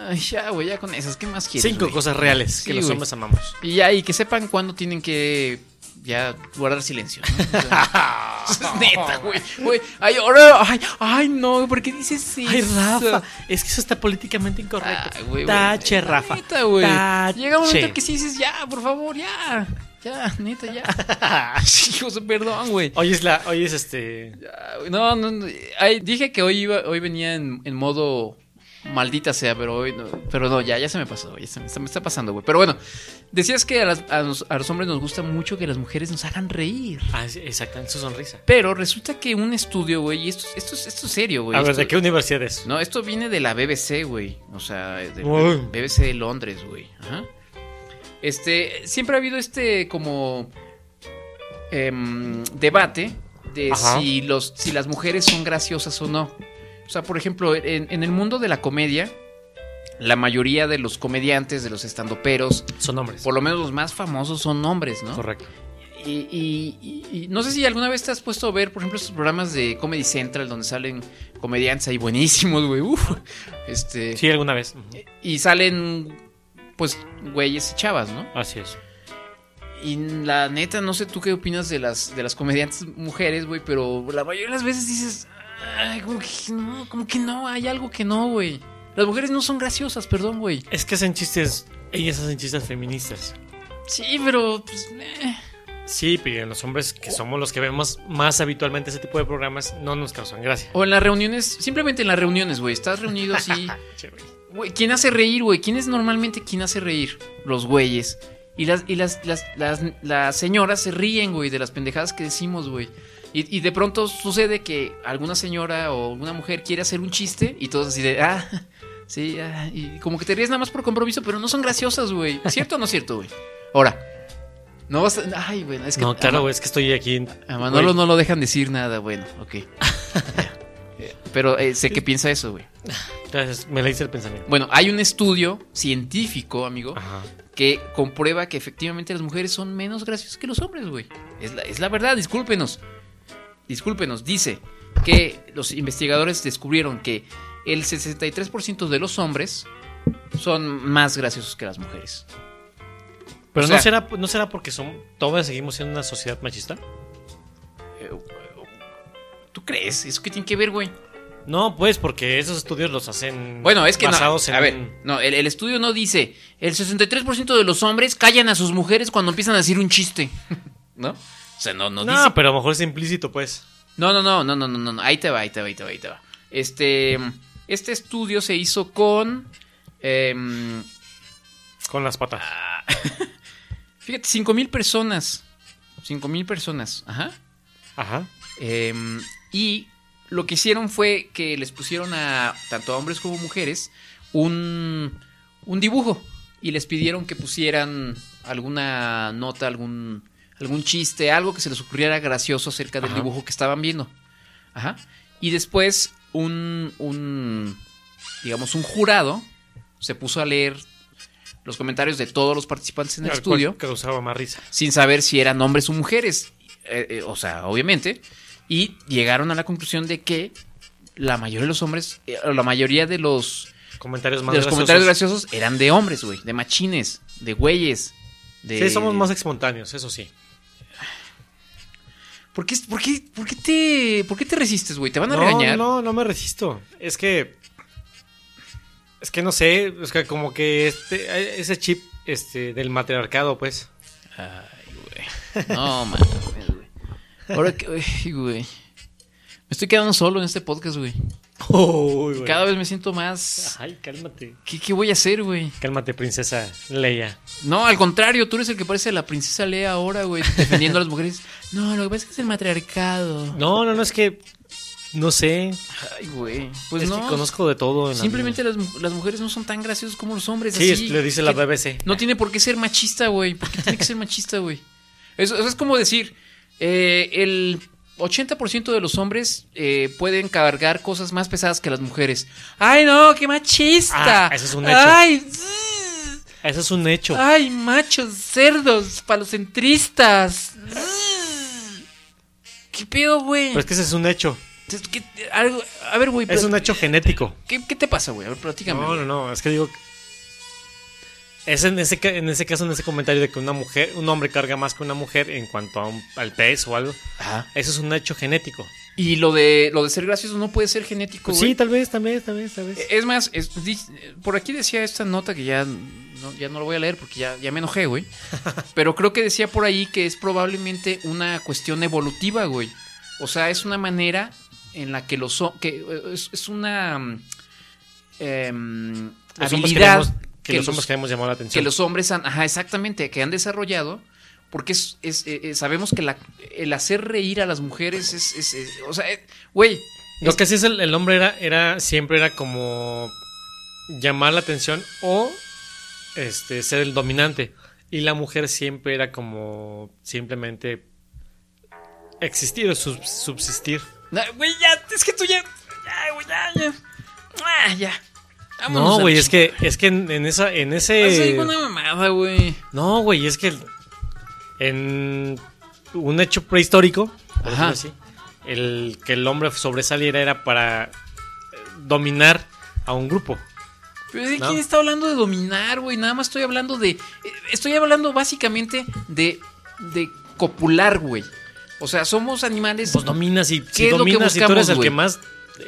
S1: Ay, ya güey ya con esas qué más quieres
S3: Cinco
S1: güey?
S3: cosas reales
S1: Sí,
S3: que los
S1: güey.
S3: hombres amamos.
S1: Y ya, y que sepan cuándo tienen que ya guardar silencio. ¿no? O sea,
S3: [laughs]
S1: es [laughs] neta, güey. Güey, ay, ahora, ay, ay, no, ¿por qué dices eso?
S3: Ay, Rafa, Ah, es que eso está políticamente incorrecto.
S1: Ay, Ah, güey, güey.
S3: Tache,
S1: Ay,
S3: Rafa.
S1: Neta, güey.
S3: Tache.
S1: Llega un momento que sí dices, ya, por favor, ya. Ya, neta,
S3: [laughs]
S1: ya. Sí, Hijo, de- perdón, güey.
S3: Hoy es la, hoy es este.
S1: Ya, güey. No, no, no. Ay, dije que hoy iba, hoy venía en, en modo maldita sea, pero hoy no, pero no, ya, ya se me pasó, ya se me, está- me está pasando, güey. Pero bueno, decías que a, las- a los, a los hombres nos gusta mucho que las mujeres nos hagan reír.
S3: Ah, sí, exactamente, su sonrisa.
S1: Pero resulta que un estudio, güey, y esto, esto, es- esto es serio, güey.
S3: A ver,
S1: esto-
S3: ¿de qué universidad es?
S1: No, esto viene de la BBC, güey. O sea, de
S3: Uy.
S1: BBC de Londres, güey. Ajá. Este, siempre ha habido este como em, debate de
S3: Ajá.
S1: si, los, si las mujeres son graciosas o no. O sea, por ejemplo, en, en el mundo de la comedia, la mayoría de los comediantes, de los estandoperos,
S3: Son hombres.
S1: por lo menos los más famosos son hombres, ¿no?
S3: Correcto.
S1: Y, y- y- y no sé si alguna vez te has puesto a ver, por ejemplo, estos programas de Comedy Central donde salen comediantes ahí buenísimos, güey. uf. Este,
S3: Sí, alguna vez. Ujú.
S1: Y salen, pues, güeyes y chavas, ¿no?
S3: Así es.
S1: Y la neta, no sé tú qué opinas de las, de las comediantes mujeres, güey, pero la mayoría de las veces dices, ay, como que no, como que no, hay algo que no, güey. Las mujeres no son graciosas, perdón, güey.
S3: Es que hacen chistes. Ellas hacen chistes feministas.
S1: Sí, pero, pues, eh.
S3: Sí, pero los hombres que somos los que vemos más habitualmente ese tipo de programas no nos causan gracia.
S1: O en las reuniones, simplemente en las reuniones, güey. Estás reunido así. Güey, ¿quién hace reír, güey? ¿Quién es normalmente quien hace reír? Los güeyes. Y las, y las, las, las, las señoras se ríen, güey, de las pendejadas que decimos, güey. Y, y de pronto sucede que alguna señora o alguna mujer quiere hacer un chiste y todos así de, ah, [laughs] sí, ah", y como que te ríes nada más por compromiso, pero no son graciosas, güey. ¿Cierto o no es cierto, güey? Ahora, no vas a- Ay, güey, es que.
S3: no, claro, güey, es que estoy aquí. en-
S1: A Manolo
S3: Güey,
S1: no lo dejan decir nada, bueno, ok. Eh, Pero eh, sé que piensa eso, güey.
S3: Gracias, me leíste el pensamiento.
S1: Bueno, hay un estudio científico, amigo,
S3: Ajá.
S1: que comprueba que efectivamente las mujeres son menos graciosas que los hombres, güey. Es la, es la verdad, discúlpenos. Discúlpenos, dice que los investigadores descubrieron que el 63% de los hombres son más graciosos que las mujeres.
S3: Pero
S1: O sea-
S3: ¿no, será, ¿no será porque son, todos seguimos siendo una sociedad machista?
S1: Eh, ¿Tú crees? ¿Eso qué tiene que ver, güey?
S3: No, pues porque esos estudios los hacen
S1: Bueno, es que no,
S3: basados en...
S1: a ver, no, el, el estudio no dice, el 63% de los hombres callan a sus mujeres cuando empiezan a decir un chiste, [laughs] ¿no?
S5: sea, no, no,
S3: No,
S5: dice.
S3: pero a lo mejor es implícito, pues.
S1: No, no, no, no, no, no, no, no. Ahí te va, ahí te va, ahí te va, ahí te va. Este, este estudio se hizo con. em,
S3: Con las patas.
S1: Ah. fíjate, 5000 personas. 5000 personas, ajá.
S3: Ajá.
S1: Em, y lo que hicieron fue que les pusieron a tanto a hombres como mujeres un, un dibujo y les pidieron que pusieran alguna nota, algún, algún chiste, algo que se les ocurriera gracioso acerca del
S3: Ajá.
S1: dibujo que estaban viendo. Ajá. Y después un, un, digamos, un jurado se puso a leer los comentarios de todos los participantes en el
S3: Al
S1: estudio
S3: cual Causaba más risa.
S1: sin saber si eran hombres o mujeres. Eh, eh, o sea, obviamente. Y llegaron a la conclusión de que la mayoría de los hombres, eh, o la mayoría de los,
S3: Comentarios
S1: de
S3: más
S1: los
S3: graciosos.
S1: comentarios graciosos eran de hombres, güey. De machines, de güeyes. De...
S3: Sí, somos más espontáneos, eso sí.
S1: ¿Por qué, por qué, por qué te, por qué te resistes, güey? ¿Te van a
S3: No,
S1: regañar?
S3: no, no me resisto. Es que. Es que no sé. Es que como que este, ese chip este, del matriarcado, pues.
S1: No, man. güey. Ahora que, ay, güey. Me estoy quedando solo en este podcast, güey. Cada vez me siento más.
S3: Ay, cálmate.
S1: ¿Qué, qué voy a hacer, güey?
S3: Cálmate, princesa Leia.
S1: No, al contrario, tú eres el que parece la princesa Lea ahora, güey, defendiendo a las
S3: [laughs]
S1: mujeres. No, lo que pasa es que es el matriarcado.
S3: No, no, no, es que. No sé.
S1: Ay, güey. Pues
S3: es
S1: no.
S3: que conozco de todo. en la
S1: Simplemente
S3: vida.
S1: las, mu- las mujeres no son tan graciosas como los hombres.
S3: Sí,
S1: así
S3: es- le dice la
S1: que
S3: BBC.
S1: No tiene por qué ser machista, güey. ¿Por qué tiene que ser machista, güey? Eso, eso es como decir, eh, el 80% de los hombres eh, pueden cargar cosas más pesadas que las mujeres. Ay, no, qué machista.
S3: Ah, eso es un hecho.
S1: Ay,
S3: Eso es un hecho.
S1: Ay, machos, cerdos, palocentristas. Mm. ¿Qué pedo, güey?
S3: Pero es que ese es un hecho.
S1: Es que- algo- a ver, güey,
S3: Pues, Es
S1: pero-
S3: un hecho genético.
S1: ¿qué, qué te pasa, güey? A ver, platícame.
S3: No, no, no, es que digo. Es en ese, ca- en ese caso, en ese comentario de que una mujer, un hombre carga más que una mujer en cuanto a un- al peso o algo.
S1: Ajá.
S3: Eso es un hecho genético.
S1: Y lo de, lo de ser gracioso no puede ser genético,
S3: Pues sí,
S1: Pues güey. Eh,
S3: tal vez, tal vez, tal vez, tal vez.
S1: es más, es- di- por aquí decía esta nota que ya no, ya no lo voy a leer porque ya, ya me enojé,
S3: [laughs]
S1: güey. Pero creo que decía por ahí que es probablemente una cuestión evolutiva, güey. O sea, es una manera en la que los ho- que eh, es, es una mm, em,
S3: Los hombres
S1: habilidad
S3: queremos- que, los hombres queremos llamar la
S1: que
S3: atención.
S1: los hombres han, ajá, exactamente, que han desarrollado, porque es, es- eh, eh, sabemos que la- el hacer reír a las mujeres es, es- es- o sea, eh, güey,
S3: Lo que sí es el, el hombre era, era, siempre era como llamar la atención o este, ser el dominante. Y la mujer siempre era como simplemente existir o sub- subsistir.
S1: na- güey, ya, es que tú ya, ya, güey, ya, ya, Ah, ya. Vámonos a
S3: No,
S1: la
S3: güey, es
S1: chingada.
S3: que, es que en, en esa, en
S1: Vas a ir
S3: ese.
S1: con una mamada, güey.
S3: No, güey, es que en un hecho prehistórico, por
S1: Ajá.
S3: decirlo así, el que el hombre sobresaliera era para eh, dominar a un grupo. [laughs]
S1: Pero es que
S3: No.
S1: ¿quién está hablando de dominar, güey? Nada más estoy hablando de. eh, Estoy hablando básicamente de. de copular, güey. O sea, somos animales.
S3: Pues dominas y
S1: ¿Qué
S3: si
S1: es lo que
S3: dominas y tú
S1: buscamos,
S3: eres el
S1: güey?
S3: que más,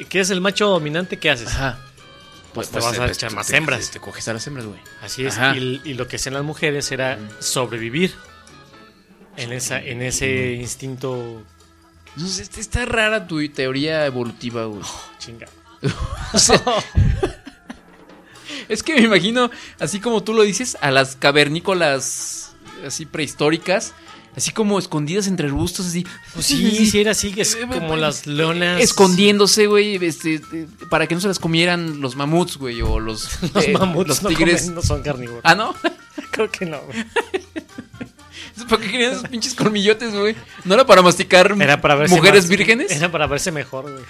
S3: que es el macho dominante, ¿qué haces?
S1: Ajá.
S3: Pues te vas a echar más hembras.
S1: Te, coges a las hembras, güey.
S3: Así es.
S1: Ajá.
S3: Y, y lo que hacían las mujeres era sobrevivir en esa, en ese instinto
S1: Entonces, este- está rara tu teoría evolutiva, güey.
S3: chinga.
S1: O sea, es que me imagino, así como tú lo dices, a las cavernícolas así prehistóricas, así como escondidas entre arbustos, así.
S3: Pues sí, si era así, es
S1: Eh,
S3: como
S1: pues,
S3: las leonas.
S1: Escondiéndose, güey, este, eh, para que no se las comieran los mamuts, güey, o los,
S3: [laughs] [laughs] Los
S1: eh,
S3: mamuts
S1: los
S3: no
S1: tigres.
S3: comen, no son carnívoros.
S1: Ah, ¿no? [laughs]
S3: Creo que no. güey.
S1: ¿Para qué querían esos pinches colmillotes, güey? ¿No era para masticar
S3: Era para verse
S1: mujeres
S3: más-
S1: vírgenes? [laughs]
S3: Era para verse mejor, güey.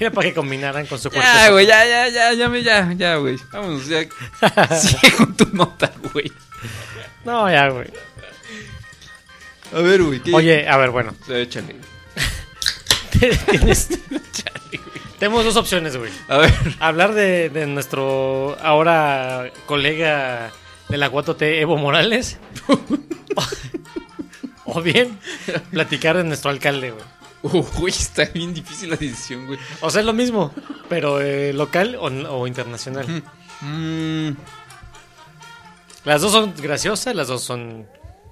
S3: Era para que combinaran con su cuerpo.
S1: Ya, Ah, güey, ya, ya, ya, ya, me- ya, ya, güey. Vámonos,
S3: [laughs]
S1: ya. Sigue con tu nota, güey.
S3: No, ya, güey.
S1: A ver, güey. ¿qué?
S3: Oye, a ver, bueno.
S1: [laughs] Échale.
S3: Tienes-
S1: Este,
S3: Tenemos dos opciones, güey.
S1: A ver.
S3: Hablar de, de nuestro ahora colega de la 4T,
S1: [laughs]
S3: Evo Morales. o bien, platicar de nuestro alcalde, güey.
S1: Uy, está bien difícil la decisión, güey.
S3: O sea, es lo mismo, pero eh, local o, o internacional.
S1: Mm,
S3: Las dos son graciosas, las dos son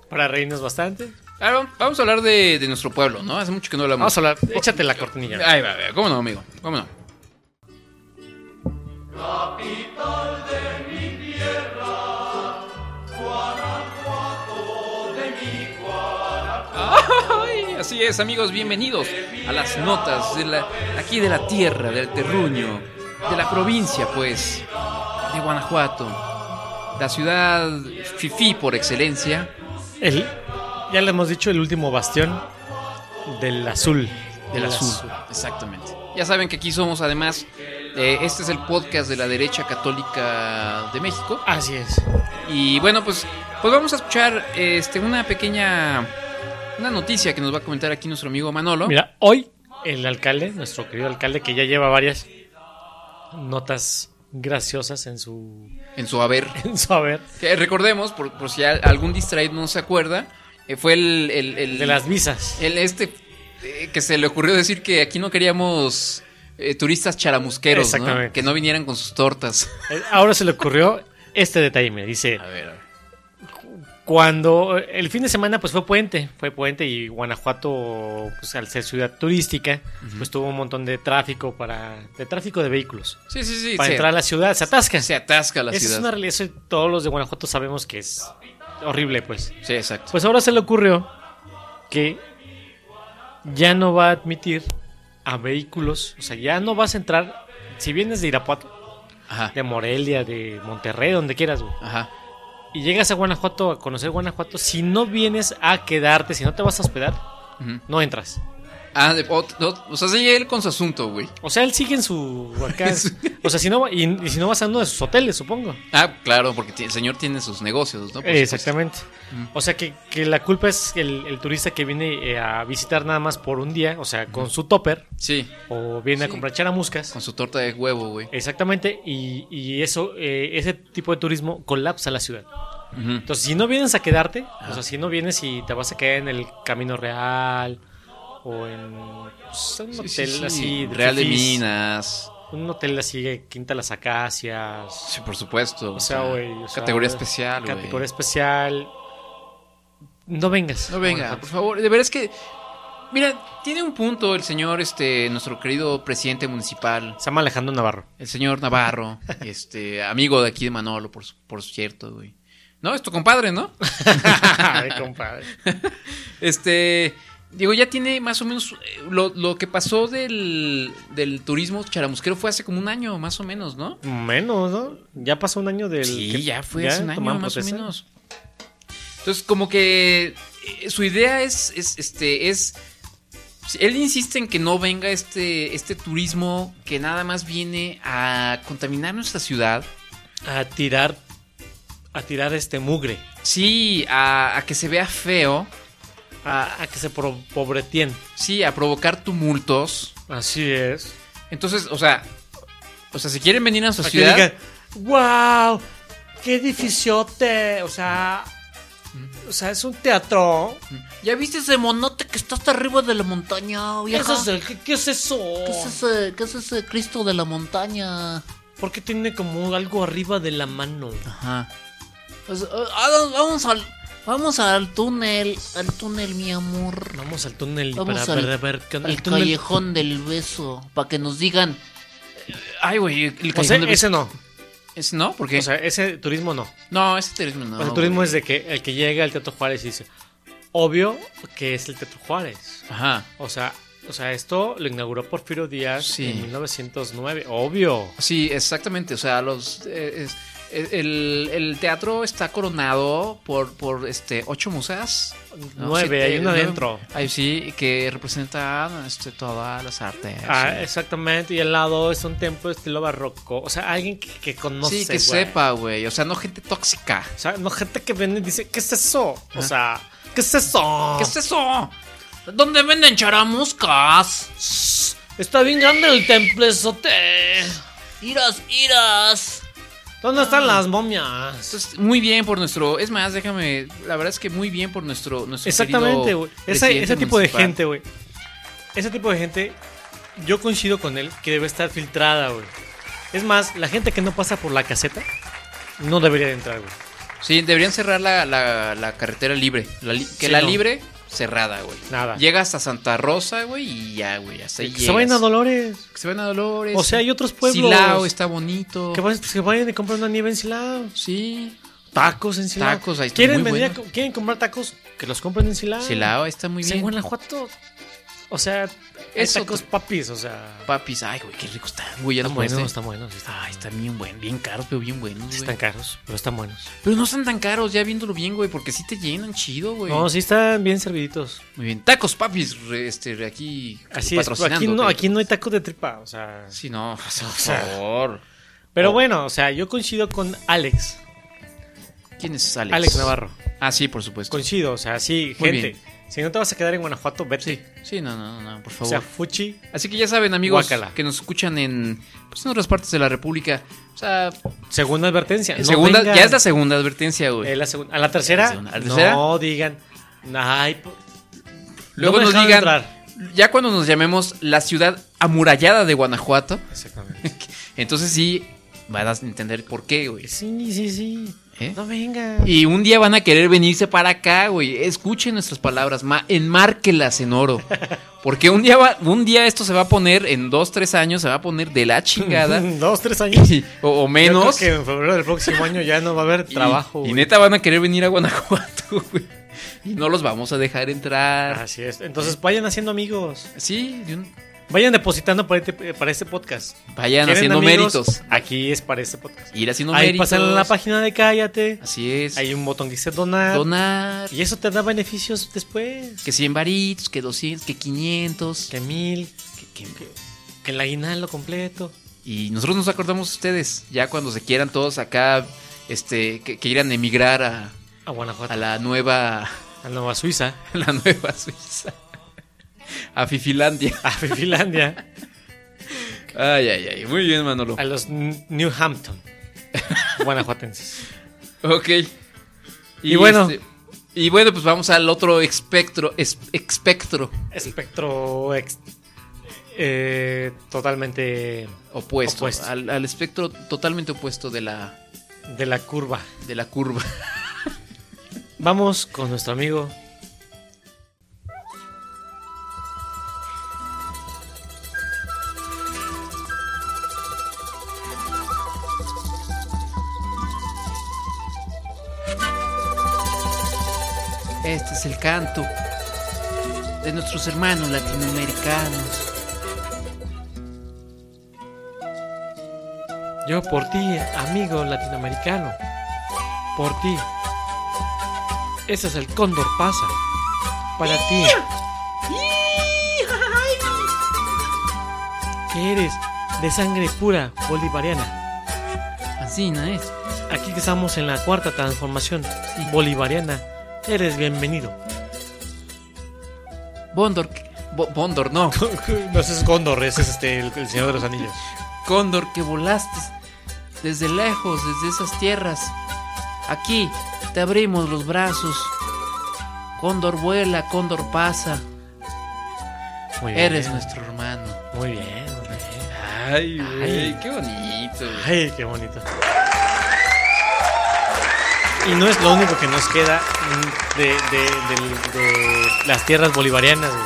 S3: para reírnos bastante.
S1: Ahora Ah, vamos a hablar de, de nuestro pueblo, ¿no? Hace mucho que no hablamos.
S3: Vamos a hablar, échate la cortinilla.
S1: Ahí va, cómo no, amigo, cómo no. Ay, Así es, amigos, bienvenidos a las notas de la, aquí de la tierra, del terruño, de la provincia, pues, de Guanajuato, la ciudad fifí por excelencia,
S3: El, ya le hemos dicho el último bastión del azul.
S1: del azul. Exactamente. Ya saben que aquí somos, además, eh, este es el podcast de la derecha católica de México.
S3: Así es.
S1: Y bueno, pues, pues vamos a escuchar este, una pequeña una noticia que nos va a comentar aquí nuestro amigo Manolo.
S3: Mira, hoy el alcalde, nuestro querido alcalde, que ya lleva varias notas graciosas en su, [laughs]
S1: En su haber.
S3: en su haber,
S1: Que recordemos, por, por si a- algún distraído no se acuerda, eh, fue el, el- el-
S3: de las visas.
S1: el este eh, que se le ocurrió decir que aquí no queríamos eh, turistas charamusqueros, ¿no?
S3: Exactamente.
S1: que no vinieran con sus tortas.
S3: Eh, Ahora se le ocurrió este detalle, me dice,
S1: A ver, a ver.
S3: cuando eh, el fin de semana pues fue puente, fue puente y Guanajuato, pues al ser ciudad turística, pues tuvo un montón de tráfico para, de tráfico de vehículos.
S1: Sí, sí, sí.
S3: Para
S1: se,
S3: entrar a la ciudad, se atasca.
S1: se atasca la
S3: Esa
S1: ciudad.
S3: es una realidad, eso todos los de Guanajuato sabemos que es horrible, pues.
S1: Sí, exacto.
S3: Pues ahora se le ocurrió que ya no va a admitir a vehículos, o sea, ya no vas a entrar, si vienes de Irapuato,
S1: Ajá.
S3: de Morelia, de Monterrey, donde quieras, güey,
S1: Ajá.
S3: y llegas a Guanajuato a conocer Guanajuato, si no vienes a quedarte, si no te vas a hospedar,
S1: Ujú.
S3: no entras.
S1: Ah, de, ot- ot- o sea, sigue él con su asunto, güey.
S3: O sea, él sigue en su acá, o sea, si no va- y, y si no vas a uno de sus hoteles, supongo. Eh,
S1: Ah, claro, porque ti- el señor tiene sus negocios, ¿no? Por
S3: Exactamente. O sea que, que la culpa es el, el turista que viene eh, a visitar nada más por un día, o sea, con su topper,
S1: supuesto. Sí,
S3: o viene
S1: Sí.
S3: a comprar charamuscas.
S1: con su torta de huevo, güey.
S3: Exactamente, y, y eso, eh, ese tipo de turismo colapsa la ciudad.
S1: Ujú.
S3: Entonces, si no vienes a quedarte, o sea, si no vienes y te vas a quedar en el Camino Real, o en pues, un
S1: Sí,
S3: hotel
S1: sí, sí.
S3: así... de
S1: Real de
S3: fifís,
S1: Minas.
S3: Un hotel así, de Quinta Las Acacias,
S1: Sí, por supuesto.
S3: O sea, güey. o sea,
S1: categoría especial, güey.
S3: Categoría especial. No vengas.
S1: No venga, por
S3: Guanajuato.
S1: favor. De verdad es que. Mira, tiene un punto el señor, este, nuestro querido presidente municipal,
S3: Se llama
S1: [laughs]
S3: Alejandro Navarro.
S1: el señor
S3: [laughs]
S1: Navarro, este, amigo de aquí de Manolo, por, su- por cierto, güey. No, es tu compadre, ¿no?
S3: Ay, compadre.
S1: Este, digo, ya tiene más o menos eh, lo, lo que pasó del, del turismo charamusquero fue hace como un año, más o menos, ¿no?
S3: Menos, ¿no? Ya pasó un año del.
S1: sí,
S3: que-
S1: ya fue hace un año,
S3: tomaron
S1: más
S3: protesta.
S1: o menos. Entonces, como que eh, su idea es, es, este, es, él insiste en que no venga este, este turismo que nada más viene a contaminar nuestra ciudad.
S3: A tirar. A tirar este mugre.
S1: Sí, a, a que se vea feo.
S3: A, a que se pro- pobretien.
S1: Sí, a provocar tumultos.
S3: Así es.
S1: Entonces, o sea, o sea, si quieren venir a su
S3: A que
S1: ciudad,
S3: digan, ¡Wow! ¡Qué edificiote! O sea. O sea, es un teatro.
S1: ¿ya viste ese monote que está hasta arriba de la montaña,
S3: ¿Qué es
S1: vieja?
S3: eso? ¿Qué, qué es eso?
S7: ¿Qué
S1: Pues
S7: es ese, qué es ese Cristo de la montaña?
S3: Porque tiene como algo arriba de la mano.
S1: Ajá.
S7: Pues, eh, ah, vamos al vamos al túnel, al túnel mi amor,
S3: Vamos al túnel
S7: Vamos
S3: para
S7: al-
S3: ver, ver qué onda.
S7: al
S3: El túnel-
S7: callejón del beso, para que nos digan
S1: Ay, güey, el
S3: O sea,
S1: callejón de-
S3: ese no.
S1: Ese no, porque
S3: O sea, ese turismo no.
S1: no, ese turismo no.
S3: o sea, el turismo
S1: güey.
S3: es de que el que llega al Teatro Juárez y dice, obvio que es el Teatro Juárez.
S1: Ajá.
S3: O sea, o sea, esto lo inauguró Porfirio Díaz
S1: Sí.
S3: en 1909. Obvio.
S1: Sí, exactamente. O sea, los eh, es- eh, el, el teatro está coronado por, por este ocho musas. ¿no?
S3: Nueve,
S1: Siete,
S3: hay uno
S1: nueve.
S3: adentro.
S1: Ay, sí, que representan este, todas las artes.
S3: Ah,
S1: sí.
S3: exactamente. Y al lado es un templo de estilo barroco. O sea, alguien que, que conoce.
S1: Sí, que
S3: güey.
S1: sepa, güey. O sea, no gente tóxica.
S3: O sea, no gente que viene y dice, ¿qué es eso? O sea, ¿qué es eso?
S1: Ah. ¿Qué es eso? ¿Dónde venden charamuscas?
S3: Está bien grande el templezote.
S7: iras, iras.
S3: ¿Dónde están las momias?
S1: Entonces, muy bien por nuestro. Es más, déjame. La verdad es que muy bien por nuestro. nuestro
S3: Exactamente,
S1: querido
S3: güey. Ese,
S1: presidente
S3: ese tipo de
S1: municipal.
S3: gente, güey. Ese tipo de gente, yo coincido con él que debe estar filtrada, güey. Es más, la gente que no pasa por la caseta no debería de entrar, güey.
S1: Sí, deberían cerrar la, la- la carretera libre. La li- que
S3: Sí,
S1: la
S3: no.
S1: libre cerrada, güey.
S3: Nada.
S1: Llega hasta Santa Rosa, güey, y ya, güey, hasta ahí
S3: Que se vayan a
S1: llegas.
S3: Dolores.
S1: Que se vayan a Dolores.
S3: O sea, hay otros pueblos.
S1: Silao está bonito.
S3: Que vayan, pues, que vayan y compren una nieve en Silao.
S1: Sí.
S3: Tacos en Silao.
S1: Tacos, ahí está
S3: ¿Quieren,
S1: muy
S3: venir a
S1: bueno.
S3: co- ¿Quieren comprar tacos? Que los compren en Silao.
S1: Silao está muy
S3: Sí,
S1: bien.
S3: en Guanajuato. O sea, es
S1: Es
S3: tacos
S1: otro-
S3: papis, o sea.
S1: Papis, ay, güey, qué rico está, güey. Ya
S3: están
S1: los
S3: buenos,
S1: comiste.
S3: están buenos. sí están-
S1: ¿eh? Ay, están bien buenos, bien caros, pero bien buenos,
S3: sí
S1: güey.
S3: están caros, pero están buenos.
S1: Pero no están tan caros, ya viéndolo bien, güey, porque sí te llenan chido, güey.
S3: No, sí están bien serviditos.
S1: Muy bien. Tacos, papis, re- este, re- aquí
S3: Así es. pero
S1: patrocinando.
S3: Aquí no,
S1: güey.
S3: aquí no hay tacos de tripa, o sea.
S1: Sí, no, [laughs] por favor. Oh.
S3: Pero bueno, o sea, yo coincido con Alex.
S1: ¿Quién es Alex?
S3: Alex Navarro.
S1: Ah, sí, por supuesto.
S3: Coincido, o sea, sí,
S1: Muy
S3: gente. Si no te vas a quedar en Guanajuato, vete.
S1: Sí, sí, no, no, no, no, por
S3: o
S1: favor.
S3: sea, Fuchi.
S1: Así que ya saben, amigos,
S3: Guácala.
S1: que nos escuchan en, pues, en otras partes de la República. O sea,
S3: Segunda advertencia. no
S1: segunda,
S3: vengan.
S1: ya es la segunda advertencia, güey.
S3: Eh, la segunda. A la tercera.
S1: La segunda. ¿A la tercera?
S3: No digan. Ay, po-
S1: Luego
S3: no me
S1: nos
S3: dejaron
S1: digan,
S3: entrar.
S1: ya cuando nos llamemos la ciudad amurallada de Guanajuato,
S3: Exactamente.
S1: entonces sí van a entender por qué, güey.
S3: Sí, sí, sí.
S1: ¿Eh?
S3: No vengan.
S1: Y un día van a querer venirse para acá, güey. Escuchen nuestras palabras, ma- enmárquelas en oro. Porque un día, va- un día esto se va a poner, en dos, tres años, se va a poner de la chingada.
S3: [laughs]
S1: [laughs]
S3: Dos, tres años.
S1: y- o, o
S3: Yo creo
S1: menos.
S3: que en febrero del próximo año ya no va a haber
S1: Y-
S3: trabajo.
S1: Y,
S3: güey.
S1: neta van a querer venir a Guanajuato, [laughs] güey. Y no los vamos a dejar entrar.
S3: Así es. Entonces vayan haciendo amigos.
S1: Sí, de un-
S3: Vayan depositando para este, para este podcast.
S1: vayan
S3: ¿Quieren
S1: haciendo
S3: amigos?
S1: méritos.
S3: Aquí es para este podcast.
S1: Ir haciendo
S3: Ahí
S1: méritos.
S3: pasan a la página de Cállate.
S1: Así es.
S3: Hay un botón que dice donar.
S1: Donar.
S3: Y eso te da beneficios después.
S1: Que 100 varitos, que 200, que 500.
S3: Que mil,
S1: que- que-
S3: que el aguinaldo completo.
S1: Y nosotros nos acordamos de ustedes, ya cuando se quieran todos acá, este, que, que irán a emigrar a,
S3: A Guanajuato.
S1: a
S3: A,
S1: la nueva, [laughs]
S3: Nueva Suiza. [laughs]
S1: a la nueva Suiza, a Fifilandia.
S3: A Finlandia.
S1: Ay, ay, ay, muy bien Manolo.
S3: a los N- New [laughs] Hampton. Guanajuatenses.
S1: Ok.
S3: Y bueno.
S1: este, y bueno, pues vamos al otro espectro, es- espectro
S3: Espectro ex- eh, totalmente
S1: opuesto,
S3: Opuesto.
S1: Al, al espectro totalmente opuesto de la,
S3: de la curva.
S1: de la curva.
S3: Vamos con nuestro amigo.
S1: Este es el canto de nuestros hermanos latinoamericanos.
S3: Yo por ti, amigo latinoamericano. Por ti. Ese es el cóndor pasa. Para ti. Que eres de sangre pura bolivariana.
S1: Así, ¿no es?
S3: Aquí que estamos en la cuarta transformación bolivariana. Eres bienvenido.
S1: Bondor, Bo- Bondor, no.
S3: [laughs] No, ese es Cóndor, ese es este, el, el Señor de los Anillos.
S1: Cóndor que volaste desde lejos, desde esas tierras. Aquí te abrimos los brazos. Cóndor vuela, cóndor pasa.
S3: Muy ¿eh?
S1: Eres nuestro hermano.
S3: Muy bien, muy bien.
S1: Ay, güey, qué bonito.
S3: Ay, qué bonito. Y no es lo único que nos queda mm, de, de- del- de las tierras bolivarianas. güey.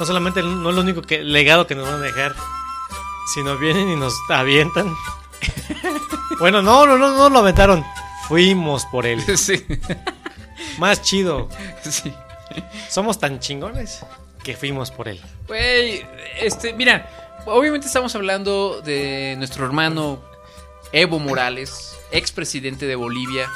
S3: No solamente el- no es lo único que, legado que nos van a dejar, sino vienen y nos avientan. [laughs] bueno, no, no, no, no lo aventaron. Fuimos por él.
S1: [laughs] Sí,
S3: Más chido.
S1: sí.
S3: Somos tan chingones que fuimos por él.
S1: Güey, este, mira, obviamente estamos hablando de nuestro hermano Evo Morales, expresidente de Bolivia,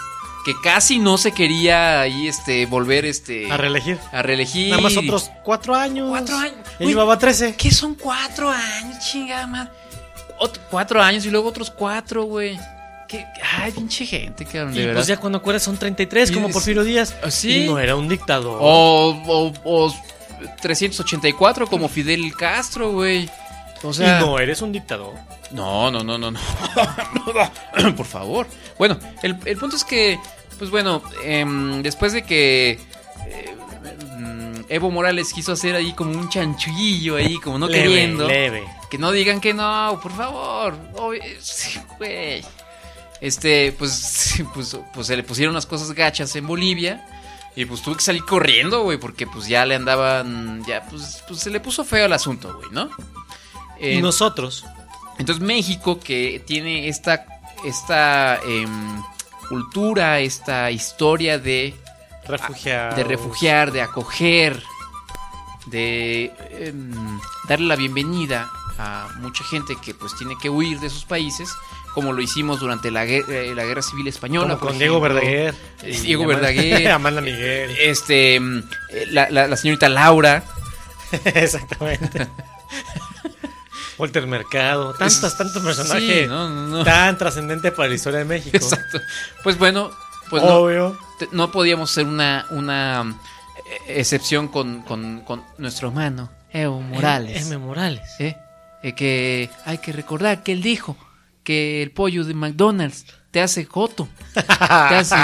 S1: que casi no se quería ahí, este, volver, este,
S3: A reelegir.
S1: a reelegir.
S3: Nada más otros cuatro años.
S1: Cuatro años.
S3: Y
S1: Uy.
S3: llevaba trece.
S1: ¿Qué son cuatro años, chingada madre? Ot- cuatro años y luego otros cuatro, güey. ¿Qué? Ay, pinche gente, cabrón, de
S3: Y
S1: verdad.
S3: pues ya cuando cueres son 33, como
S1: Sí,
S3: Porfirio Díaz.
S1: Ah, sí. Oh,
S3: Y no era un dictador.
S1: O, o, o 384 como Fidel Castro, güey. O sea,
S3: y no eres un dictador.
S1: No, no, no, no, no. [laughs] Por favor. Bueno, el, el punto es que, pues bueno, em, después de que eh, mm, Evo Morales quiso hacer ahí como un chanchullo ahí, como no
S3: leve,
S1: queriendo,
S3: Leve.
S1: que no digan que no, por favor. Obvio- sí, güey. Este, pues, sí, pues, pues se le pusieron las cosas gachas en Bolivia. Y pues tuve que salir corriendo, güey, porque pues ya le andaban, ya pues, pues se le puso feo el asunto, güey, ¿no?
S3: Y
S1: Eh,
S3: nosotros,
S1: Entonces México que tiene esta, esta em, cultura, esta historia de,
S3: refugiados.
S1: de refugiar, de acoger, de em, darle la bienvenida a mucha gente que pues tiene que huir de sus países, como lo hicimos durante la, gue- eh, la Guerra Civil
S3: Como
S1: Española. por
S3: con Diego
S1: ejemplo.
S3: Verdaguer.
S1: Eh, Diego
S3: Y
S1: Verdaguer.
S3: [laughs] Amanda Miguel.
S1: Este, em, eh, la- la- la señorita Laura.
S3: Exactamente. Walter Mercado. Tantos, tantos personajes.
S1: Sí, no, no, no.
S3: Tan trascendente para la historia de
S1: [laughs]
S3: México.
S1: Exacto. Pues bueno, pues no,
S3: Obvio.
S1: te- no podíamos ser una, una mm, e- excepción con, con- con nuestro hermano, Evo Morales.
S7: M. Morales.
S1: ¿eh? Eh, que hay que recordar que él dijo que el pollo de McDonald's te hace joto, te hace,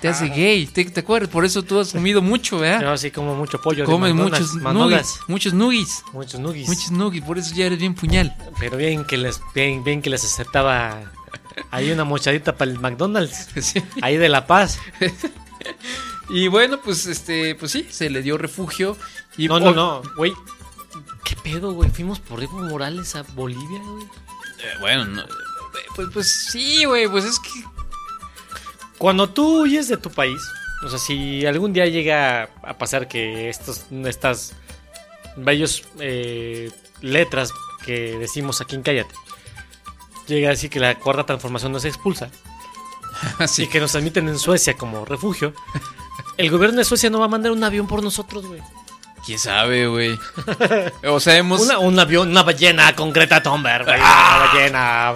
S1: te [laughs] hace gay. ¿Te, te acuerdas? Por eso tú has comido mucho, ¿verdad?
S3: Yo sí como mucho pollo. de
S1: Ah. Comes
S3: McDonald's,
S1: muchos nuggets,
S3: manolas,
S1: muchos nuggets,
S3: Muchos nuggies.
S1: muchos nuggets, por eso ya eres bien puñal.
S3: Pero bien que les, bien, bien que les aceptaba ahí una mochadita para el McDonald's.
S1: Sí.
S3: Ahí de La Paz.
S1: Y bueno, pues este, pues sí, se le dio refugio. Y
S3: No, no, no. Güey,
S7: ¿Qué pedo, güey? Fuimos por Evo Morales a Bolivia, güey.
S1: Eh, bueno, no, eh, pues, pues sí, güey, pues es que [laughs]
S3: Cuando tú huyes de tu país, o sea, si algún día llega a pasar que estos, estas bellos eh, letras que decimos aquí en Cállate, llega a decir que la cuarta transformación nos expulsa y
S1: así.
S3: que nos admiten en Suecia como refugio, el gobierno de Suecia no va a mandar un avión por nosotros, güey.
S1: ¿Quién sabe,
S3: [laughs]
S1: güey? O sea, hemos...
S3: Una- un avión, una ballena con Greta Thunberg, güey, una
S1: Ah.
S3: ballena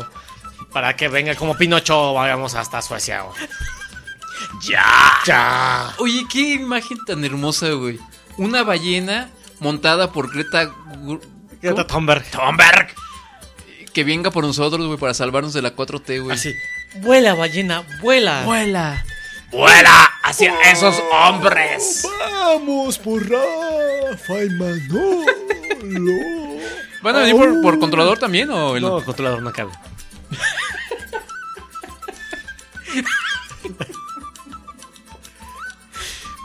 S3: para que venga como Pinocho, vayamos hasta Suecia. güey.
S5: ¡Ya!
S3: Ya.
S1: Oye, qué imagen tan hermosa, güey. Una ballena montada por Greta... Gur-
S3: Greta Thunberg.
S5: ¡Tomberg!
S1: Que venga por nosotros, güey, para salvarnos de la 4T, güey.
S3: Así. Vuela, ballena, vuela.
S1: ¡Vuela!
S5: ¡Vuela hacia esos hombres!
S8: Vamos por Rafa y Manolo.
S1: ¿Van a venir por, por controlador también o...? el-
S3: Oh. No, controlador no cabe.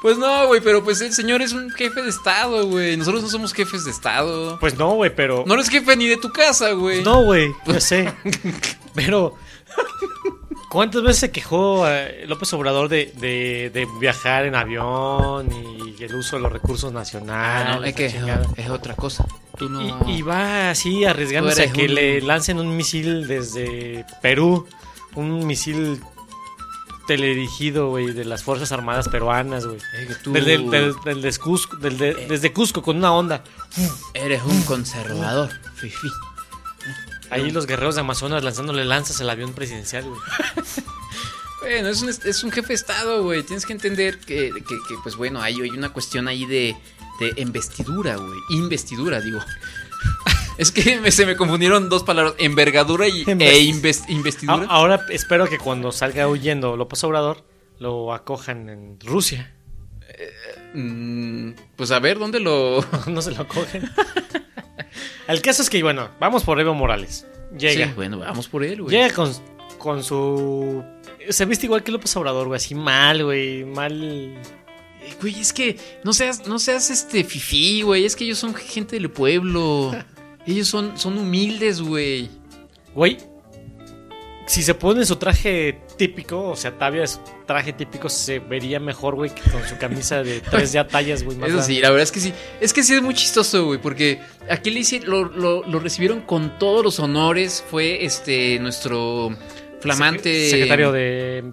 S1: Pues no, güey, pero pues el señor es un jefe de estado, güey. Nosotros no somos jefes de estado.
S3: Pues no, güey, pero.
S1: No eres jefe ni de tu casa, güey.
S3: No, güey, yo sé. [laughs] pero. ¿Cuántas veces se quejó eh, López Obrador de, de- de viajar en avión y el uso de los recursos nacionales?
S1: Ah, no, es que
S3: la chingada?
S1: es otra cosa. Tú no...
S3: Y, y va así arriesgándose
S1: Tú
S3: a
S1: eres
S3: que
S1: un-
S3: le lancen un misil desde Perú. Un misil teledirigido, güey, de las Fuerzas Armadas Peruanas, güey.
S1: Es que tú- Eh.
S3: Del, del- del- del de Cusco- del de- desde Cusco con una onda.
S1: Eres un conservador, fifi.
S3: Ahí los guerreros de Amazonas lanzándole lanzas al avión presidencial, güey.
S1: Bueno, es un, es un jefe de Estado, güey. Tienes que entender que, que- que, pues bueno, hay, hay una cuestión ahí de, de investidura, güey. Investidura, digo. [laughs] Es que me- se me confundieron dos palabras, envergadura y,
S3: Inves-
S1: e inves- investidura.
S3: A- ahora espero que cuando salga huyendo López Obrador, lo acojan en Rusia. [laughs] ah.
S1: Mm, pues a ver, ¿dónde lo...? [laughs]
S3: no se lo acogen. el caso es que, bueno, vamos por Evo Morales. Llega.
S1: Sí, bueno, vamos por él, güey.
S3: Llega con, con su... Se viste igual que López Obrador, güey, así mal, güey, mal...
S1: Eh, Güey, es que no seas, no seas este fifi, güey. Es que ellos son gente del
S3: [laughs]
S1: pueblo. Ellos son, son humildes, güey.
S3: Güey, si se pone su traje típico, o sea, Tavia su traje típico, se vería mejor, güey, que con su camisa de tres ya tallas, güey. más
S1: Eso sí,
S3: grande.
S1: la verdad es que sí. Es que sí es muy chistoso, güey, porque aquí le hice- lo, lo- lo recibieron con todos los honores. Fue este nuestro flamante
S3: Secre- Secretario de...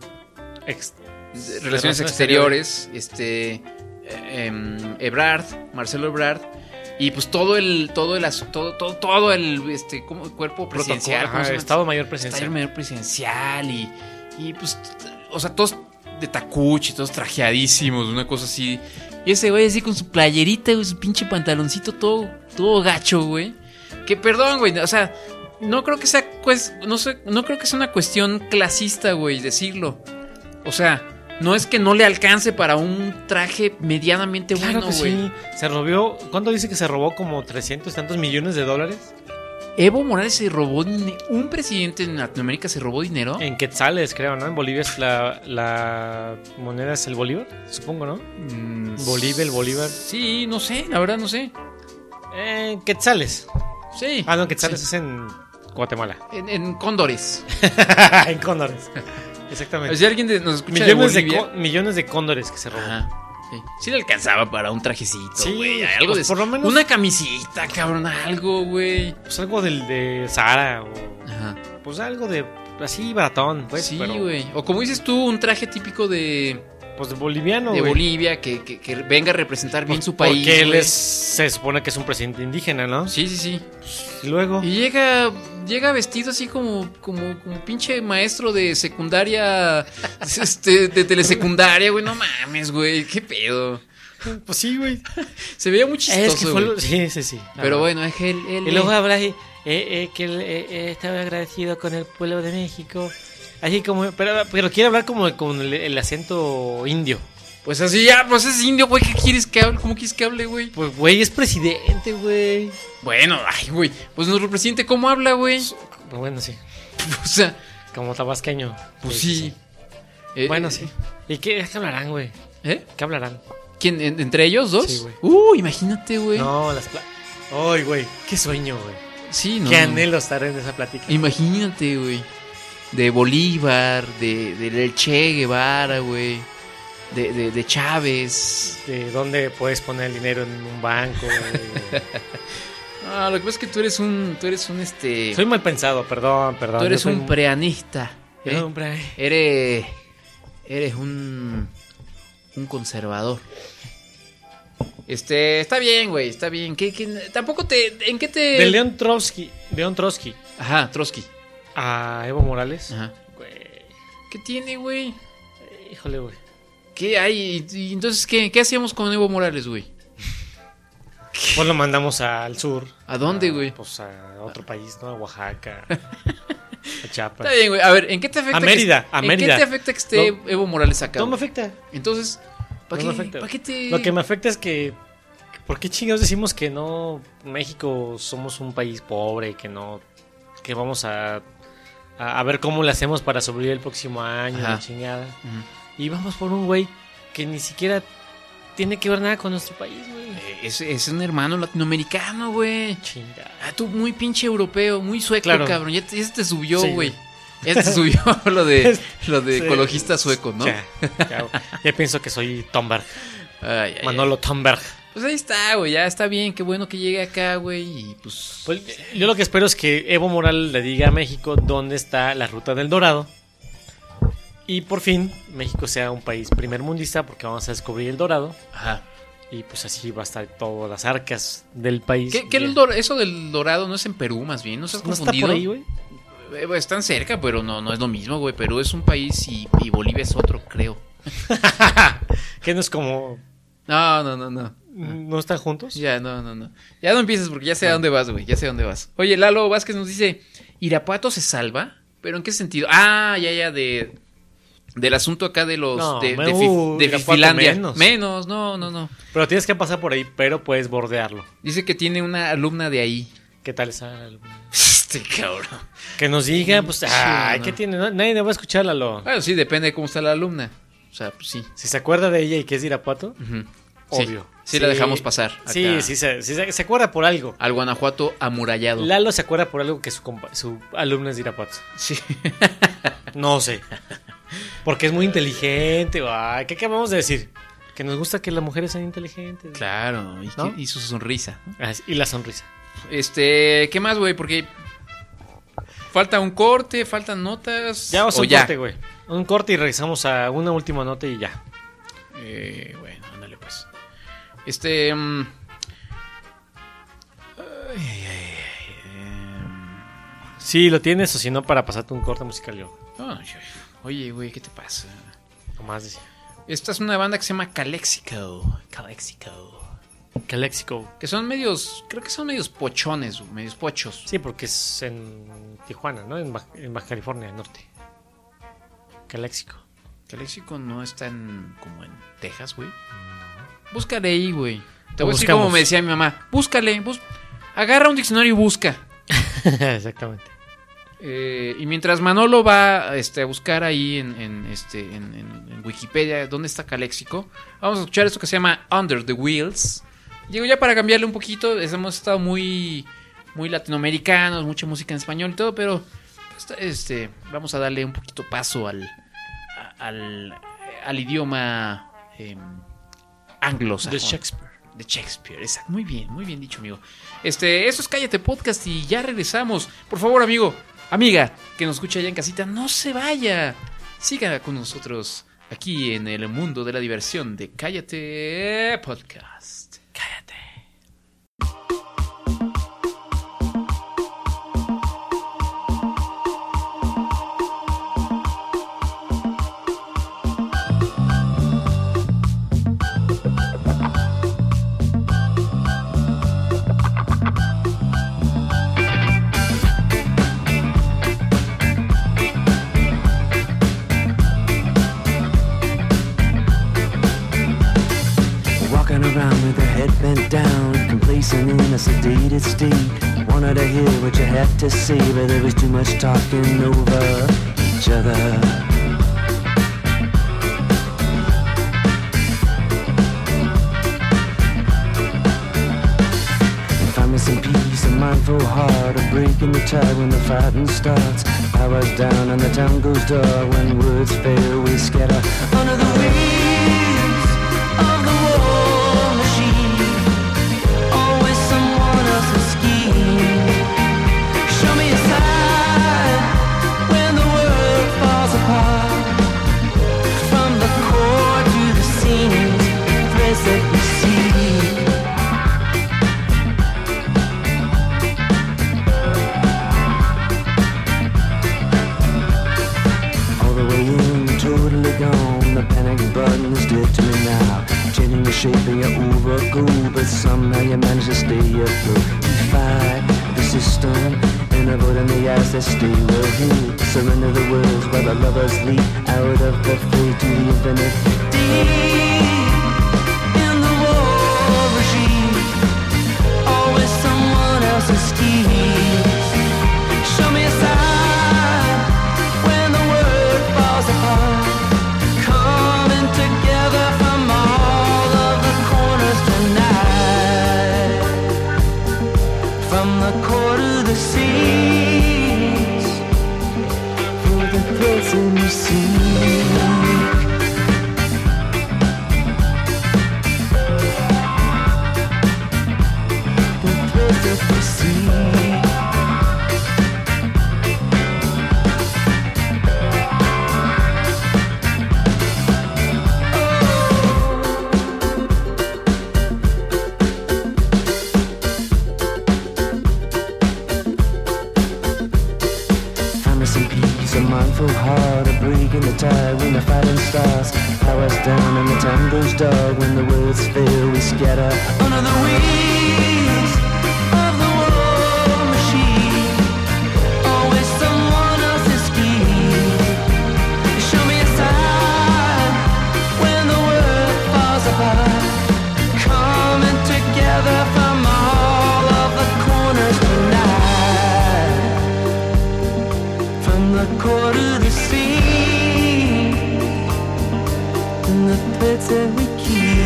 S3: ex-
S1: de Relaciones
S3: Relaciones
S1: Exteriores, este eh, em, Ebrard, Marcelo Ebrard. Y pues todo el, todo el, as- todo, todo, todo el este, ¿cómo? cuerpo presidencial.
S3: Protocolo,
S1: ¿cómo
S3: ajá,
S1: se llama?
S3: Estado Mayor
S1: Estado
S3: Presidencial.
S1: Mayor presidencial y, y pues, t- o sea, todos de tacuche, todos trajeadísimos, una cosa así. Y ese güey así con su playerita, güey, su pinche pantaloncito todo, todo gacho, güey. Que perdón, güey, o sea, no creo que sea, pues, no sé, no creo que sea una cuestión clasista, güey, decirlo. O sea, no es que no le alcance para un traje medianamente
S3: Claro
S1: bueno,
S3: que
S1: güey.
S3: sí. Se robó, ¿cuánto dice que se robó? Como 300 y tantos millones de dólares.
S1: Evo Morales se robó din- un presidente en Latinoamérica se robó dinero.
S3: En Quetzales, creo, ¿no? En Bolivia es la, la moneda es el bolívar, supongo, ¿no?
S1: Mm,
S3: Bolivia, el bolívar.
S1: Sí, no sé, la verdad no sé.
S3: En Eh, Quetzales.
S1: Sí.
S3: Ah, no, Quetzales es en
S1: [laughs]
S3: Guatemala.
S1: En, en cóndores.
S3: en cóndores. Exactamente.
S1: Si alguien de- nos escucha
S3: millones,
S1: de
S3: de
S1: Bolivia.
S3: có- millones de cóndores que se robó.
S1: Ajá, Sí. Sí le alcanzaba para un trajecito,
S3: Sí,
S1: güey. algo
S3: pues,
S1: de
S3: por lo menos-
S1: Una camisita, cabrón, algo, güey.
S3: Pues algo del de Sahara o.
S1: Ajá.
S3: Pues algo de. Así baratón, pues.
S1: sí,
S3: pero,
S1: güey. O como dices tú, un traje típico de,
S3: Pues de boliviano,
S1: de
S3: güey.
S1: Bolivia que, que- que venga a representar bien
S3: Pues,
S1: su país.
S3: Porque él
S1: güey.
S3: es- se supone que es un presidente indígena, ¿no?
S1: Sí, sí, sí.
S3: Y luego.
S1: Y llega, llega vestido así como, como, como pinche maestro de secundaria, [laughs] este, de telesecundaria, güey. No mames, güey. Qué pedo.
S3: Pues sí, güey.
S1: [laughs] Se veía muy chistoso,
S3: Es que fue
S1: güey.
S3: lo- [laughs] Sí, sí, sí.
S1: Pero bueno, es que él... él-
S9: Y luego habrá que él eh, eh, estaba agradecido con el pueblo de México.
S3: Así como. Pero, pero quiere hablar como con el, el acento indio.
S1: Pues así, ya, pues es indio, güey. ¿Qué quieres que hable? ¿Cómo quieres que hable, güey?
S3: Pues, güey, es presidente, güey.
S1: Bueno, ay, güey. Pues nuestro presidente, ¿cómo habla, güey?
S3: Pues, Bueno, sí.
S1: [laughs] O sea,
S3: Como tabasqueño.
S1: pues sí. Eh,
S3: Bueno,
S1: eh,
S3: sí. ¿Y qué, qué hablarán, güey?
S1: ¿Eh?
S3: ¿Qué hablarán?
S1: ¿Quién? en- ¿Entre ellos dos?
S3: Sí, güey.
S1: Uh, imagínate, güey.
S3: No, las pla- Ay, güey. Qué sueño, güey.
S1: Sí, no.
S3: Qué anhelo estar en esa plática.
S1: Imagínate, güey. De Bolívar, de, de del Che Guevara, güey. De, de, de Chávez.
S3: De dónde puedes poner el dinero en un
S1: [laughs]
S3: banco. güey.
S1: Ah, lo que pasa es que tú eres un. Tú eres un este.
S3: Soy mal pensado, perdón, perdón.
S1: tú
S3: Yo
S1: eres
S3: soy
S1: un preanista.
S3: Yo
S1: ¿eh?
S3: soy un pre-
S1: Eres. Eres un. Un conservador. Este. Está bien, güey. Está bien. ¿Qué, qué- tampoco te. ¿En qué te.?
S3: De León Trotsky, León Trotsky
S1: Ajá, Trotsky.
S3: a Evo Morales.
S1: Ajá. ¿Qué tiene, güey?
S3: Híjole, güey.
S1: ¿Qué hay? Y- y entonces, ¿qué, qué hacíamos con Evo Morales, güey?
S3: Pues lo mandamos al sur.
S1: ¿A dónde, güey?
S3: Pues a otro país, ¿no?
S1: [laughs]
S3: A Oaxaca, a Chiapas.
S1: Está bien, güey. A ver, ¿en qué te afecta?
S3: A Mérida,
S1: que,
S3: a
S1: ¿en
S3: Mérida.
S1: qué te afecta que esté
S3: No.
S1: Evo Morales acá?
S3: No me
S1: güey?
S3: afecta.
S1: Entonces, ¿para
S3: No me
S1: qué,
S3: afecta.
S1: pa' qué te...?
S3: Lo que me afecta es que. ¿Por qué chingados decimos que no. México somos un país pobre, que no. Que vamos a. A, a ver cómo le hacemos para sobrevivir el próximo año,
S1: Ajá.
S3: la chingada.
S1: Ujú.
S3: Y vamos por un güey que ni siquiera tiene que ver nada con nuestro país, güey.
S1: Eh, Es, es un hermano latinoamericano, güey.
S3: Chingada.
S1: Ah, tú muy pinche europeo, muy sueco,
S3: Claro.
S1: cabrón. Ya, te- ya se te subió,
S3: Sí,
S1: güey. Ya se
S3: [laughs]
S1: te subió [laughs] lo de, lo de
S3: Sí.
S1: ecologista sueco, Pues ¿no?
S3: Ya, ya, ya pienso que soy Tomberg.
S1: Ay, ay, ay.
S3: Manolo Tomberg.
S1: Pues ahí está, güey. Ya está bien. Qué bueno que llegue acá, güey. Y pues...
S3: Pues, yo lo que espero es que Evo Morales le diga a México dónde está la ruta del Dorado. Y por fin México sea un país primermundista porque vamos a descubrir el Dorado.
S1: Ajá.
S3: Y pues así va a estar todas las arcas del país.
S1: ¿Qué, qué el
S3: Bien.
S1: dor- eso del dorado no es en Perú, más bien? ¿No estás
S3: ¿No está
S1: confundido?
S3: por ahí, güey?
S1: Eh, pues, Están cerca, pero no, no es lo mismo, güey. Perú es un país y, y Bolivia es otro, creo.
S3: Que no es como...
S1: No, no, no, no.
S3: ¿No están juntos?
S1: Ya, no, no, no. Ya no empieces porque ya sé a dónde vas, güey. Ya sé a dónde vas. Oye, Lalo Vázquez nos dice, ¿Irapuato se salva? ¿Pero en qué sentido? Ah, ya, ya, de... Del asunto acá de los...
S3: No,
S1: de,
S3: me-
S1: de Fi-
S3: uh,
S1: de
S3: Irapuato
S1: Filandia.
S3: menos.
S1: menos, no, no, no.
S3: Pero tienes que pasar por ahí, pero puedes bordearlo.
S1: Dice que tiene una alumna de ahí. [laughs]
S3: ¿Qué tal esa?
S1: Este cabrón.
S3: Que nos diga, pues...
S1: Sí,
S3: ay,
S1: no.
S3: ¿qué tiene? No- Nadie le va a escuchar, Lalo.
S1: Bueno, sí, depende de cómo está la alumna. O sea, pues sí.
S3: Si se acuerda de ella y que es de Irapuato,
S1: Ujú.
S3: obvio.
S1: Sí, sí la dejamos pasar.
S3: Sí,
S1: acá.
S3: sí, se, sí se- se acuerda por algo.
S1: Al Guanajuato amurallado.
S3: Lalo se acuerda por algo que su, compa- su alumno es de Irapuato.
S1: Sí.
S3: No sé. [laughs] Porque es muy inteligente. Ay, ¿Qué acabamos de decir? Que nos gusta que las mujeres sean inteligentes.
S1: Claro, y,
S3: ¿No?
S1: y su sonrisa.
S3: Ah, Y la sonrisa.
S1: Este, ¿qué más, güey? Porque falta un corte, faltan notas.
S3: Ya vamos a
S1: o
S3: un corte, güey. Un corte y regresamos a una última nota y ya.
S1: Eh, bueno, ándale pues. Este. mm,
S3: Sí, lo tienes o si no, para pasarte un corte musical yo.
S1: no, yo- oye, güey, ¿qué te pasa?
S3: Nomás decía.
S1: Esta es una banda que se llama Calexico. Calexico.
S3: Caléxico.
S1: Que son medios. Creo que son medios pochones, güey, medios pochos.
S3: Sí, porque es en Tijuana, ¿no? En Baja, en Baja California, el norte.
S1: [laughs]
S3: Caléxico.
S1: Calexico no está en, como en Texas, güey. Búscale ahí, güey. Te
S3: Lo
S1: voy a decir
S3: buscamos.
S1: como me decía mi mamá. Búscale, bus- agarra un diccionario y busca.
S3: Exactamente.
S1: Eh, y mientras Manolo va este, a buscar ahí en, en, este, en, en- en Wikipedia dónde está Caléxico, vamos a escuchar esto que se llama Under the Wheels. Digo, ya para cambiarle un poquito, es- hemos estado muy, muy latinoamericanos, mucha música en español y todo, pero esta- este, vamos a darle un poquito paso al, a- al, al idioma eh, anglosajón.
S3: De Shakespeare.
S1: De Shakespeare, exacto. Muy bien, muy bien dicho, amigo. Este, eso es Cállate Podcast y ya regresamos. Por favor, amigo, amiga, que nos escucha allá en casita, no se vaya. Siga con nosotros aquí en el mundo de la diversión de Cállate Podcast. Cállate.
S10: Walking around with your head bent down, complacent in a sedated state. Wanted to hear what you had to say, but there was too much talking over each other. Find me some peace, a mindful heart, a break in the tide when the fighting starts. Powers down and the town goes dark when words fail, we scatter under the wings of the war machine. Always someone else's scheme. Show me a sign when the world falls apart. From the core to the seams, threads that we see. All the way in, totally gone. The panic button is dead to me now. Changing the shape of your overcoat, but somehow you manage to stay afloat. You fight the system and avoid in the eyes that stay well hid. Surrender the words while the lovers leap out of the fate to the infinite. Deep in the war regime, always someone else's schemes. Show me a sign when the world falls apart. Coming together from all of the corners tonight. From the core to the seas. Through the threads in the sea. The threads of the sea. Promise some peace, a mindful heart, a break in the tide when the fighting starts. Powers down and the time goes dark when the words fail, we scatter under the wings of the war machine. Always someone else's scheme. Show me a sign when the world falls apart. Coming together from all of the corners tonight from the core to the sea, and the threads that we keep.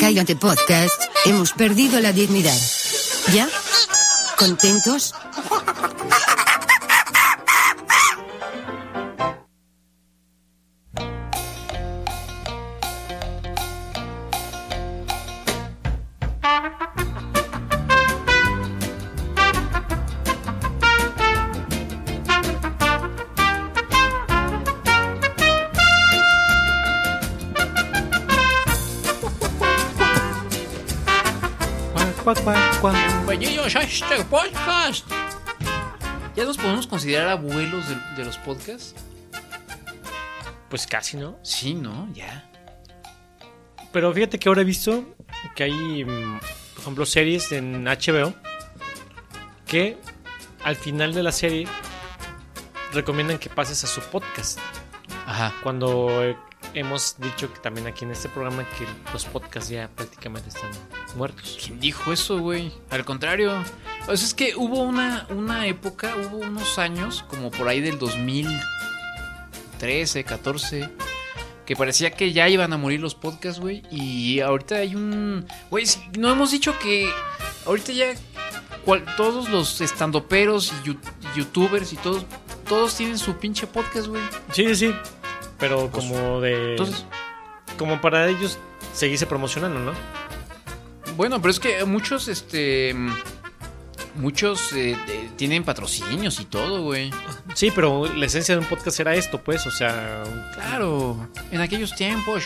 S11: Cállate podcast, hemos perdido la dignidad. ¿Ya? ¿Contentos?
S1: Bienvenidos a este podcast. ¿Ya nos podemos considerar abuelos de, de los podcasts?
S3: Pues casi, ¿no?
S1: Sí, ¿no? Ya.
S3: Pero fíjate que ahora he visto que hay, mm, por ejemplo, series en HBO que al final de la serie recomiendan que pases a su podcast.
S1: Ajá.
S3: Cuando eh, hemos dicho que también aquí en este programa que los podcasts ya prácticamente están muertos.
S1: ¿Quién dijo eso, güey? Al contrario. O sea, es que hubo una, una época, hubo unos años, como por ahí del 2013, 14, que parecía que ya iban a morir los podcasts, güey. Y ahorita hay un... Güey, si- no hemos dicho que ahorita ya cual- todos los estandoperos y yu- youtubers y todos, todos tienen su pinche podcast, güey.
S3: Sí, sí, sí. Pero como de.
S1: entonces-
S3: como para ellos seguirse promocionando, ¿no?
S1: Bueno, pero es que muchos, este... Muchos eh, de- tienen patrocinios y todo, güey.
S3: Sí, pero la esencia de un podcast era esto, pues. O sea,
S1: Claro, en aquellos tiempos,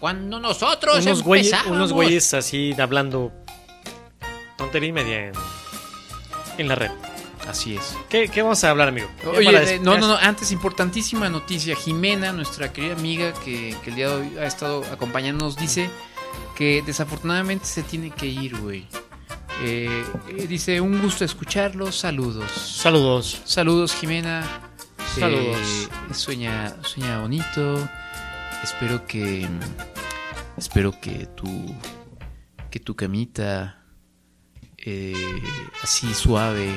S1: cuando nosotros
S3: unos güeyes,
S1: empezábamos.
S3: unos güeyes así hablando tontería y media en, en la red.
S1: Así es.
S3: ¿Qué, qué vamos a hablar, amigo? Ya
S1: Oye,
S3: para
S1: eh,
S3: des-
S1: no,
S3: ya-
S1: no, no, antes importantísima noticia. Jimena, nuestra querida amiga que, que el día de hoy ha estado acompañándonos, dice que desafortunadamente se tiene que ir, güey. Eh, eh, dice, un gusto escucharlos, saludos.
S3: Saludos.
S1: Saludos, Jimena. Eh,
S3: Saludos.
S1: sueña, sueña bonito. Espero que. Espero que tu. Que tu camita. eh, así suave.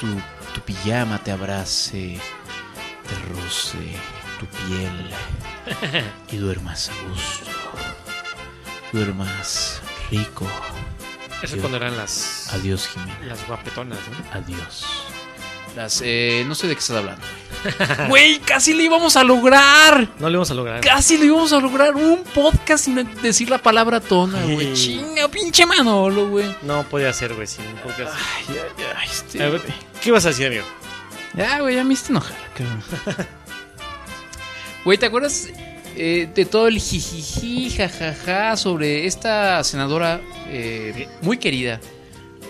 S1: Tu, tu pijama te abrace. Te roce tu piel. Y duermas a gusto. Duermas rico.
S3: Eso cuando eran las.
S1: Adiós, Jimena.
S3: Las guapetonas, ¿no?
S1: Adiós. Las, eh, no sé de qué estás hablando. Güey, casi lo íbamos a lograr.
S3: No lo íbamos a lograr.
S1: Casi lo íbamos a lograr un podcast sin decir la palabra tona, güey.
S3: Sí.
S1: Chinga, pinche Manolo, güey.
S3: No podía ser, güey, sin un podcast.
S1: Ay, ay, ay, este,
S3: A ver,
S1: güey.
S3: ¿Qué vas a decir, amigo?
S1: Ya, güey, ya me hiciste enojar, cabrón. Güey, ¿te acuerdas eh, de todo el jijiji, jajaja sobre esta senadora eh, muy querida?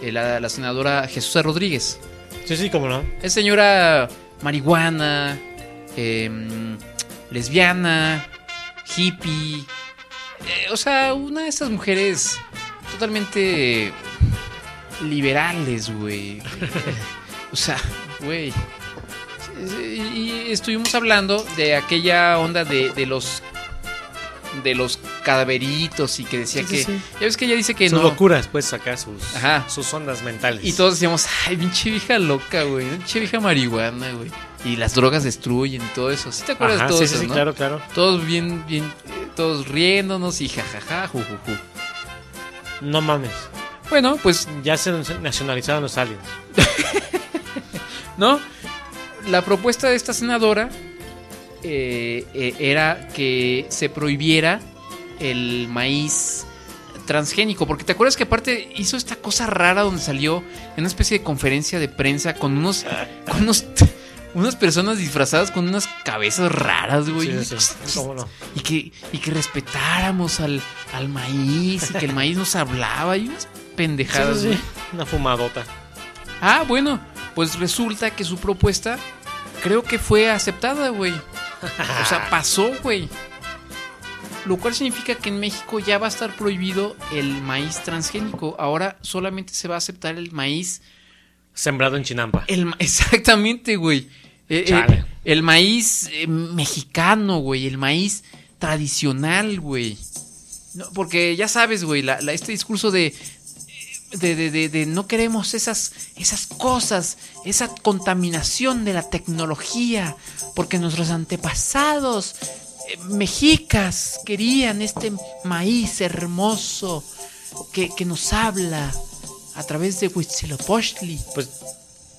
S1: eh, la, la senadora Jesús Rodríguez.
S3: Sí, sí, cómo no.
S1: Es señora marihuana, em, lesbiana, hippie. eh, o sea, una de estas mujeres totalmente liberales, güey. o sea, güey. Y estuvimos hablando de aquella onda de, de los de los cadaveritos y que decía
S3: Sí,
S1: que
S3: sí, sí.
S1: ya ves que ella dice que
S3: sus
S1: no
S3: locuras, pues, acá, sus,
S1: Ajá.
S3: sus ondas mentales.
S1: y todos decíamos, ay, pinche vieja loca, güey. Pinche vieja marihuana, güey. Y las drogas destruyen y todo eso. ¿Sí te acuerdas
S3: Ajá,
S1: de todo
S3: sí,
S1: eso,
S3: sí, sí,
S1: no?
S3: claro, claro.
S1: Todos bien, bien, eh, todos riéndonos y jajaja, jujuju.
S3: No mames.
S1: Bueno, pues,
S3: Ya se nacionalizaron los aliens.
S1: ¿no? La propuesta de esta senadora eh, eh, era que se prohibiera el maíz transgénico. Porque te acuerdas que aparte hizo esta cosa rara donde salió en una especie de conferencia de prensa con unos. con unos [laughs] unas personas disfrazadas con unas cabezas raras, güey.
S3: Sí, sí, sí. ¿Cómo no?
S1: y que, y que respetáramos al, al maíz y que el maíz nos hablaba y unas pendejadas.
S3: Sí, sí,
S1: güey.
S3: sí. Una fumadota.
S1: Ah, bueno, pues resulta que su propuesta creo que fue aceptada, güey. O sea, pasó, güey. Lo cual significa que en México ya va a estar prohibido el maíz transgénico. Ahora solamente se va a aceptar el maíz
S3: Sembrado en Chinampa.
S1: el ma- [laughs] exactamente, güey. Eh, eh,
S3: Chale.
S1: el maíz eh, mexicano, güey. El maíz tradicional, güey. No, porque ya sabes, güey, la- la- este discurso de de, de- de- de no queremos esas, esas cosas, esa contaminación de la tecnología, porque nuestros antepasados eh, mexicas querían este maíz hermoso que, que nos habla a través de Huitzilopochtli.
S3: Pues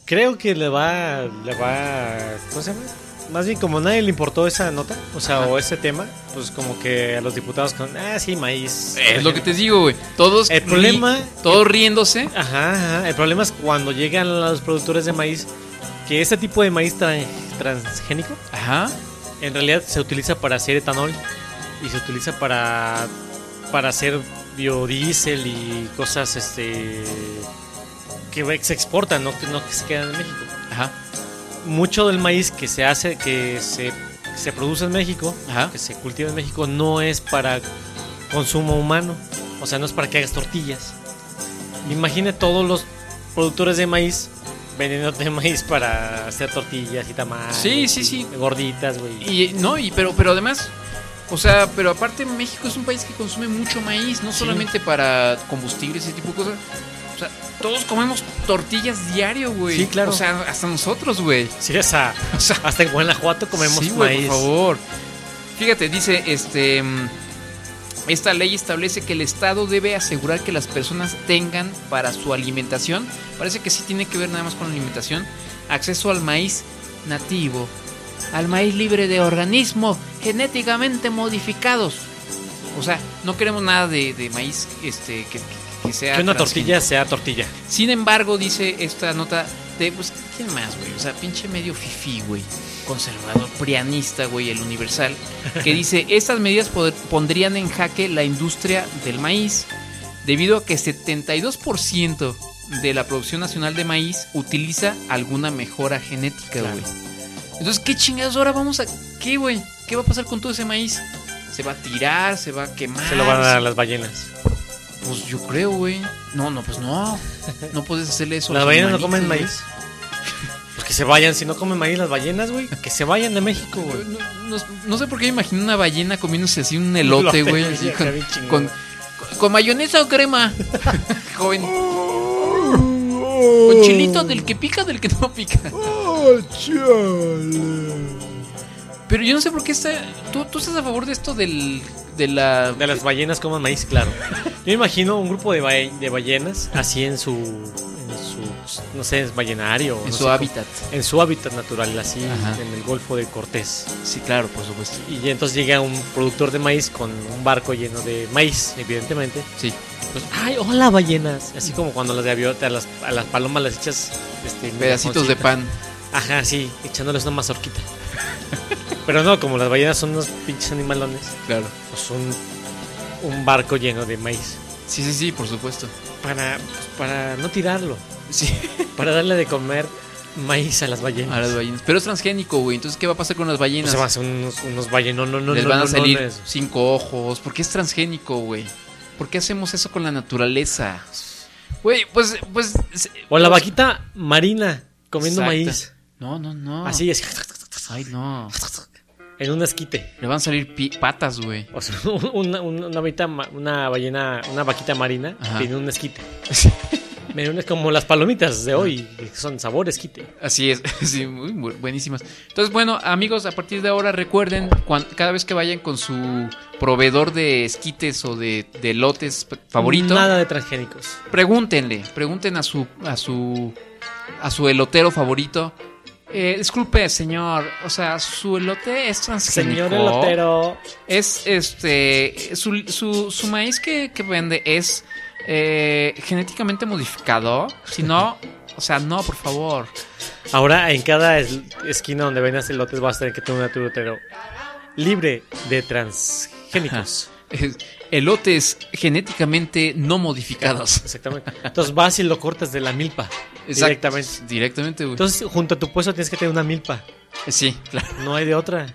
S3: creo que le va. Le va. ¿Cómo se llama? Más bien, como a nadie le importó esa nota, o sea, o ese tema, pues como que a los diputados con. Ah, sí, maíz.
S1: Es lo que te digo, güey. Todos,
S3: El
S1: ri-
S3: problema-
S1: todos riéndose.
S3: Ajá, ajá. El problema es cuando llegan los productores de maíz, que este tipo de maíz tran- transgénico
S1: Ajá.
S3: en realidad se utiliza para hacer etanol y se utiliza para para hacer biodiesel y cosas este que ve- se exportan, no que no que se quedan en México. Mucho del maíz que se hace, que se, que se produce en México, que se cultiva en México, no es para consumo humano. O sea, no es para que hagas tortillas. Imagina todos los productores de maíz vendiéndote [laughs] maíz para hacer tortillas y tamales.
S1: Sí, sí, sí.
S3: Gorditas, güey.
S1: Y no, y pero pero además, o sea, pero aparte México es un país que consume mucho maíz, no solamente para combustibles y ese tipo de cosas. O sea, todos comemos tortillas diario, güey.
S3: Sí, claro.
S1: O sea, hasta nosotros, güey.
S3: Sí, [laughs] hasta, hasta en Guanajuato comemos
S1: Sí, güey,
S3: maíz.
S1: por favor. Fíjate, dice este mm, esta ley establece que el Estado debe asegurar que las personas tengan para su alimentación, parece que sí tiene que ver nada más con la alimentación, acceso al maíz nativo, al maíz libre de organismos genéticamente modificados. O sea, no queremos nada de, de maíz este, que, que- que sea
S3: Que una
S1: transgénico.
S3: tortilla sea tortilla.
S1: Sin embargo, dice esta nota de, pues, ¿quién más, güey? O sea, pinche medio fifí, güey. Conservador, prianista, güey, el Universal.
S3: [laughs]
S1: Que dice, estas medidas pod- pondrían en jaque la industria del maíz. Debido a que 72% de la producción nacional de maíz utiliza alguna mejora genética, güey. Entonces, ¿qué chingados ahora vamos a... ¿Qué, güey? ¿Qué va a pasar con todo ese maíz? ¿Se va a tirar? ¿Se va a quemar?
S3: Se lo van a dar a las ballenas.
S1: Pues yo creo, güey. No, no, pues no. No puedes hacerle eso. a
S3: Las
S1: los
S3: ballenas no comen
S1: animalitos, güey.
S3: maíz. Pues que se vayan. Si no comen maíz las ballenas, güey, que se vayan de México, güey.
S1: No, no sé por qué me imagino una ballena comiéndose así un elote,
S3: Elote,
S1: güey.
S3: güey,
S1: así
S3: acá
S1: con,
S3: bien chingón.
S1: con- con mayonesa o crema, [laughs] joven. Con chilito del que pica, del que no pica. Pero yo no sé por qué está. ¿Tú, tú estás a favor de esto del. de la.
S3: De las ballenas coman maíz, claro. Yo imagino un grupo de, ba- de ballenas así en su, en su, no sé, es ballenario.
S1: En
S3: no
S1: su
S3: sé cómo-
S1: hábitat.
S3: en su hábitat natural, así
S1: Ajá.
S3: en el Golfo de Cortés.
S1: Sí, claro, por supuesto.
S3: Y entonces llega un productor de maíz con un barco lleno de maíz, evidentemente.
S1: Sí.
S3: Pues, ¡ay, hola ballenas! Así como cuando las gaviotas, a las, a las palomas las echas... Este,
S1: Pedacitos de
S3: mojoncita.
S1: pan.
S3: Ajá, sí, echándoles una mazorquita. Pero no, como las ballenas son unos pinches animalones.
S1: Claro.
S3: Pues un, un barco lleno de maíz.
S1: Sí, sí, sí, por supuesto.
S3: Para, pues, para no tirarlo.
S1: Sí.
S3: Para darle de comer maíz a las ballenas.
S1: A las ballenas. Pero es transgénico, güey. Entonces, ¿qué va a pasar con las
S3: Pues
S1: ballenas?
S3: se van a hacer unos, unos ballenón, no, no,
S1: Les
S3: no,
S1: van a
S3: no,
S1: salir
S3: no, no,
S1: cinco ojos. ¿Por qué es transgénico, güey? ¿Por qué hacemos eso con la naturaleza? Güey, pues, pues. se-
S3: O la
S1: pues-
S3: vaquita marina comiendo
S1: Exacto.
S3: maíz.
S1: No, no, no.
S3: Así es.
S1: Ay, no.
S3: En un esquite.
S1: Le van a salir pi- patas, güey.
S3: O sea, [laughs] una, una, una vaquita ma- una ballena, una vaquita marina
S1: Ajá.
S3: tiene un
S1: [laughs]
S3: esquite. Me unes como las palomitas de hoy, que son sabor esquite.
S1: Así es, [laughs] sí, muy bu- buenísimas. Entonces, bueno, amigos, a partir de ahora recuerden, cuan- cada vez que vayan con su proveedor de esquites o de, de lotes favorito,
S3: Nada de transgénicos.
S1: pregúntenle, pregunten a su a su a su elotero favorito. Eh, disculpe, señor, o sea, su elote es transgénico.
S3: Señor elotero.
S1: Es este su, su, su maíz que, que vende es eh, genéticamente modificado, si no, o sea, no, por favor.
S3: Ahora en cada es- esquina donde vendas elotes vas a tener que tener un turotero libre de transgénicos.
S1: Es- Elotes genéticamente no modificados.
S3: Exactamente. Entonces vas y lo cortas de la milpa.
S1: Exacto.
S3: Directamente.
S1: Directamente, güey.
S3: Entonces junto a tu puesto tienes que tener una milpa.
S1: Sí, claro.
S3: No hay de otra.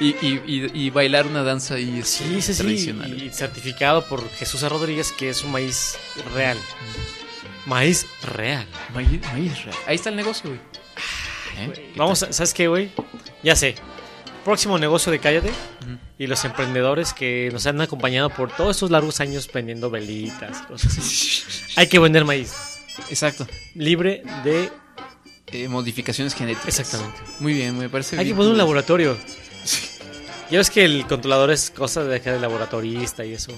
S1: Y, y- y- y bailar una danza ahí es
S3: Sí, sí, sí.
S1: tradicional.
S3: Y certificado por Jesús A. Rodríguez que es un maíz real. Maíz real.
S1: Maíz- maíz real. Ahí está el negocio, güey. ¿Eh? ¿Qué
S3: Vamos, a- ¿sabes qué, güey? Ya sé. Próximo negocio de Cállate y los emprendedores que nos han acompañado por todos estos largos años vendiendo velitas. Cosas así. Hay que vender maíz
S1: tal? Exacto.
S3: libre de.
S1: Eh, modificaciones genéticas.
S3: Exactamente.
S1: Muy bien, me parece
S3: Hay que
S1: bien.
S3: poner un laboratorio. Ya ves que el controlador es cosa de acá de laboratorista y eso.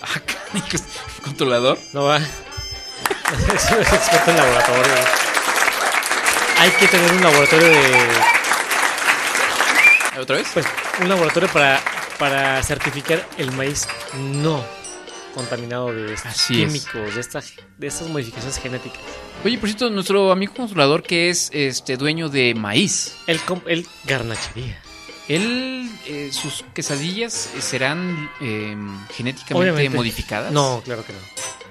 S1: Ah, canicos. ¿Controlador?
S3: No va. [laughs] es un experto en laboratorio. Hay que tener un laboratorio de
S1: ¿Otra vez?
S3: Pues un laboratorio para, para certificar el maíz no contaminado de estos
S1: Así es.
S3: químicos, de estas de estas modificaciones genéticas.
S1: Oye, por cierto, nuestro amigo controlador que es este dueño de maíz.
S3: El, com- el garnachería.
S1: Él, eh, sus quesadillas eh, serán eh, genéticamente
S3: Obviamente.
S1: modificadas.
S3: No, claro que no.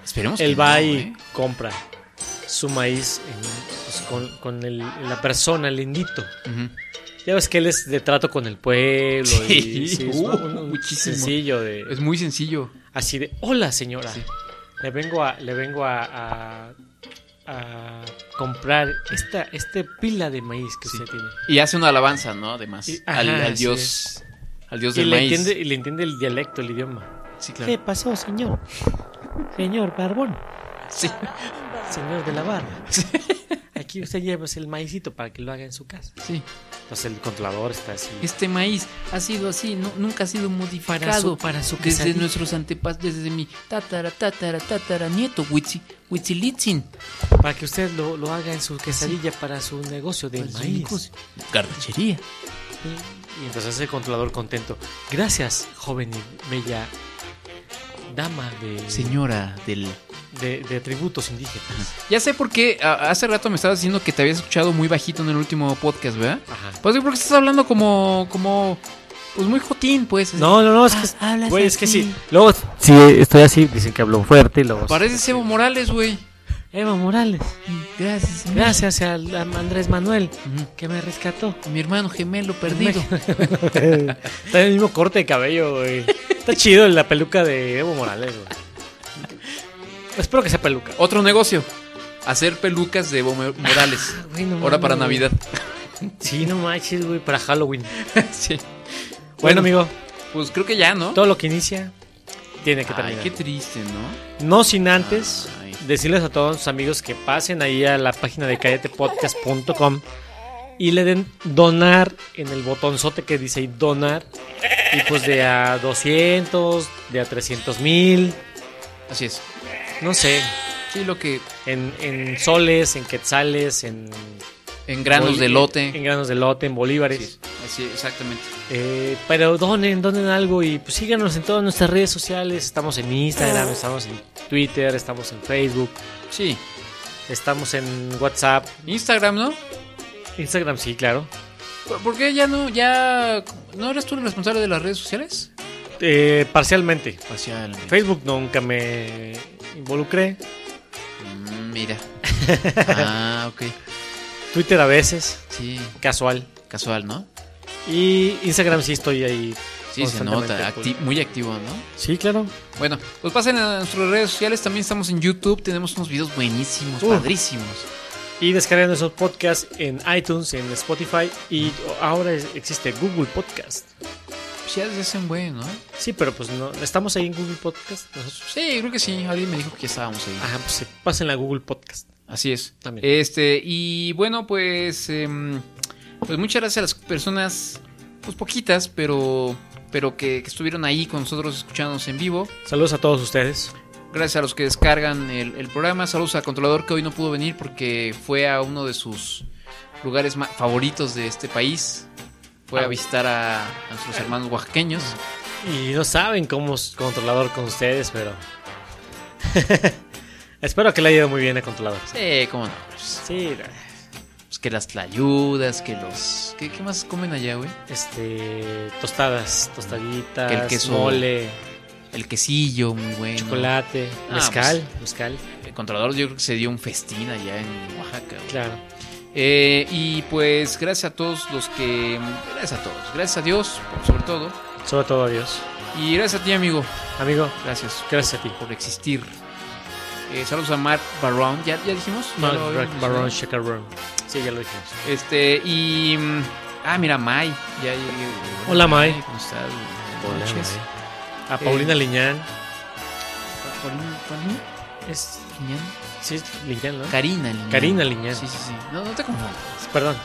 S1: Esperemos que
S3: Él
S1: no,
S3: va
S1: ¿eh?
S3: y compra su maíz en pues, con, con el- la persona, el indito. Ya ves que él es de trato con el pueblo.
S1: Sí,
S3: y, es
S1: uh,
S3: un- un
S1: muchísimo.
S3: Sencillo de,
S1: Es muy sencillo.
S3: así de, hola señora, le vengo a, le vengo a, a- a comprar esta, este pila de maíz que usted tiene.
S1: Y hace una alabanza, ¿no? Además,
S3: Y-
S1: al,
S3: ajá,
S1: al
S3: así
S1: dios,
S3: es.
S1: al dios
S3: y
S1: del
S3: le
S1: maíz.
S3: Entiende, y le entiende el dialecto, el idioma.
S1: Sí,
S9: ¿Qué pasó, señor? Señor Barbón.
S1: Sí.
S9: Señor de la barba. Aquí usted lleva el maicito para que lo haga en su casa.
S1: Sí.
S3: Entonces el controlador está así.
S1: Este maíz ha sido así, no- nunca ha sido modificado
S9: Para su- para su
S1: desde
S9: quesadilla.
S1: nuestros antepasados, desde mi tatara, tatara, tatara, nieto, huitzi- huitzilitzin.
S9: Para que usted lo, lo haga en su quesadilla para su negocio de
S1: Para su
S9: maíz.
S1: negocio. Garnachería.
S3: Y entonces el controlador contento. Gracias, joven y bella dama de,
S1: Señora del...
S3: de, de atributos indígenas.
S1: Ya sé por qué a- hace rato me estabas diciendo que te habías escuchado muy bajito en el último podcast, ¿verdad?
S3: Ajá.
S1: Pues sí, porque estás hablando como, como, pues muy jotín, pues.
S3: No, no, no, es que,
S1: Ah, hablas
S3: güey, es que
S1: así.
S3: sí. Luego, sí, estoy así, dicen que hablo fuerte y luego.
S1: Pareces Evo Morales, güey.
S9: Eva Morales.
S1: Gracias, señor.
S9: Gracias al- a Andrés Manuel que me rescató.
S1: Mi hermano gemelo perdido.
S3: Está en el mismo corte de cabello, güey. Está chido la peluca de Evo Morales, güey. Espero que sea peluca.
S1: Otro negocio. Hacer pelucas de Evo Mo- Morales.
S3: Ah,
S9: Güey, no
S1: Ahora
S9: mames,
S1: para
S9: güey.
S1: Navidad.
S3: Sí, no manches, güey, para Halloween. Bueno,
S1: [laughs] sí.
S3: amigo,
S1: Pues creo que ya, ¿no?
S3: todo lo que inicia tiene que
S1: Ay,
S3: terminar.
S1: qué triste, ¿no?
S3: No sin antes
S1: Ay.
S3: decirles a todos sus amigos que pasen ahí a la página de calletepodcast.com y le den donar en el botonzote que dice ahí donar. Y pues de a 200, de a 300 mil,
S1: Así es.
S3: no sé,
S1: Sí, lo que.
S3: en, en soles, en quetzales, en...
S1: En granos
S3: boli-
S1: de lote.
S3: En granos de lote, en bolívares.
S1: Sí, así, exactamente.
S3: Eh, pero donen, donen algo y pues síganos en todas nuestras redes sociales. Estamos en
S1: Ah.
S3: Instagram, estamos en Twitter, estamos en Facebook,
S1: Sí.
S3: estamos en WhatsApp.
S1: Instagram, ¿no?
S3: Instagram sí, claro.
S1: ¿Por- ¿Por qué ya no? ya ¿No eres tú el responsable de las redes sociales?
S3: Eh, parcialmente.
S1: Parcialmente.
S3: Facebook nunca me involucré.
S1: Mm, Mira. [laughs] ah, ok.
S3: Twitter a veces,
S1: Sí,
S3: casual.
S1: casual, ¿no?
S3: Y Instagram sí estoy ahí.
S1: Sí, se
S3: constantemente.
S1: nota. acti- muy activo, ¿no?
S3: Sí, claro.
S1: Bueno, pues pasen a nuestras redes sociales. También estamos en YouTube. Tenemos unos videos buenísimos,
S3: Uh.
S1: padrísimos.
S3: Y descarguen nuestros podcasts en iTunes, en Spotify y ahora es- existe Google Podcast.
S1: Pues ya se hacen buen, ¿no?
S3: Sí, pero pues no, estamos ahí en Google Podcast nosotros.
S1: Sí, creo que sí. Alguien me dijo que ya estábamos ahí.
S9: Ah,
S3: Ajá, pues sí, pásenla a Google Podcast.
S1: Así es.
S3: También.
S1: Este, y bueno, pues. em, pues muchas gracias a las personas. Pues poquitas, pero. Pero que, que estuvieron ahí con nosotros escuchándonos en vivo.
S3: Saludos a todos ustedes.
S1: Gracias a los que descargan el, el programa. Saludos al controlador que hoy no pudo venir porque fue a uno de sus lugares ma- favoritos de este país. Fue a
S3: Ah.
S1: visitar a, a nuestros hermanos oaxaqueños.
S3: Y no saben cómo es controlador con ustedes, pero. [laughs] Espero que le haya ido muy bien a controlador.
S1: Sí, cómo no. Pues,
S3: Sí,
S1: pues que las tlayudas, que los. ¿Qué, qué más comen allá, güey?
S3: este. Tostadas, tostaditas,
S1: Que el queso,
S3: mole,
S1: El quesillo, muy bueno.
S3: chocolate,
S1: Ah,
S3: mezcal, mezcal,
S1: El controlador, yo creo que se dio un festín allá en Oaxaca. güey.
S3: claro.
S1: Eh, y pues gracias a todos los que. Gracias a todos. Gracias a Dios, por- sobre todo.
S3: Sobre todo a Dios.
S1: Y gracias a ti, amigo.
S3: Amigo,
S1: Gracias.
S3: gracias a ti.
S1: por existir. Eh, saludos a Mark Barron, ¿ya, ya dijimos? ¿Ya
S3: Mark
S1: lo habíamos
S3: Brack
S1: mencionado?
S3: Baron Shakarron. Sí, ya lo dijimos.
S1: Este, y. mm, Ah, mira, Mai. Ya llegué.
S3: Hola, Mai.
S1: ¿Cómo estás?
S3: Hola,
S1: Buenas noches.
S3: A
S9: Eh,
S3: Paulina Liñán.
S1: Pa- Paulina- Paulina
S3: Es,
S1: Liñán.
S3: sí, es Liñán, ¿no?
S1: Karina Liñán.
S3: Karina Liñán.
S1: Sí, sí, sí. No, no te confundas.
S3: Perdón.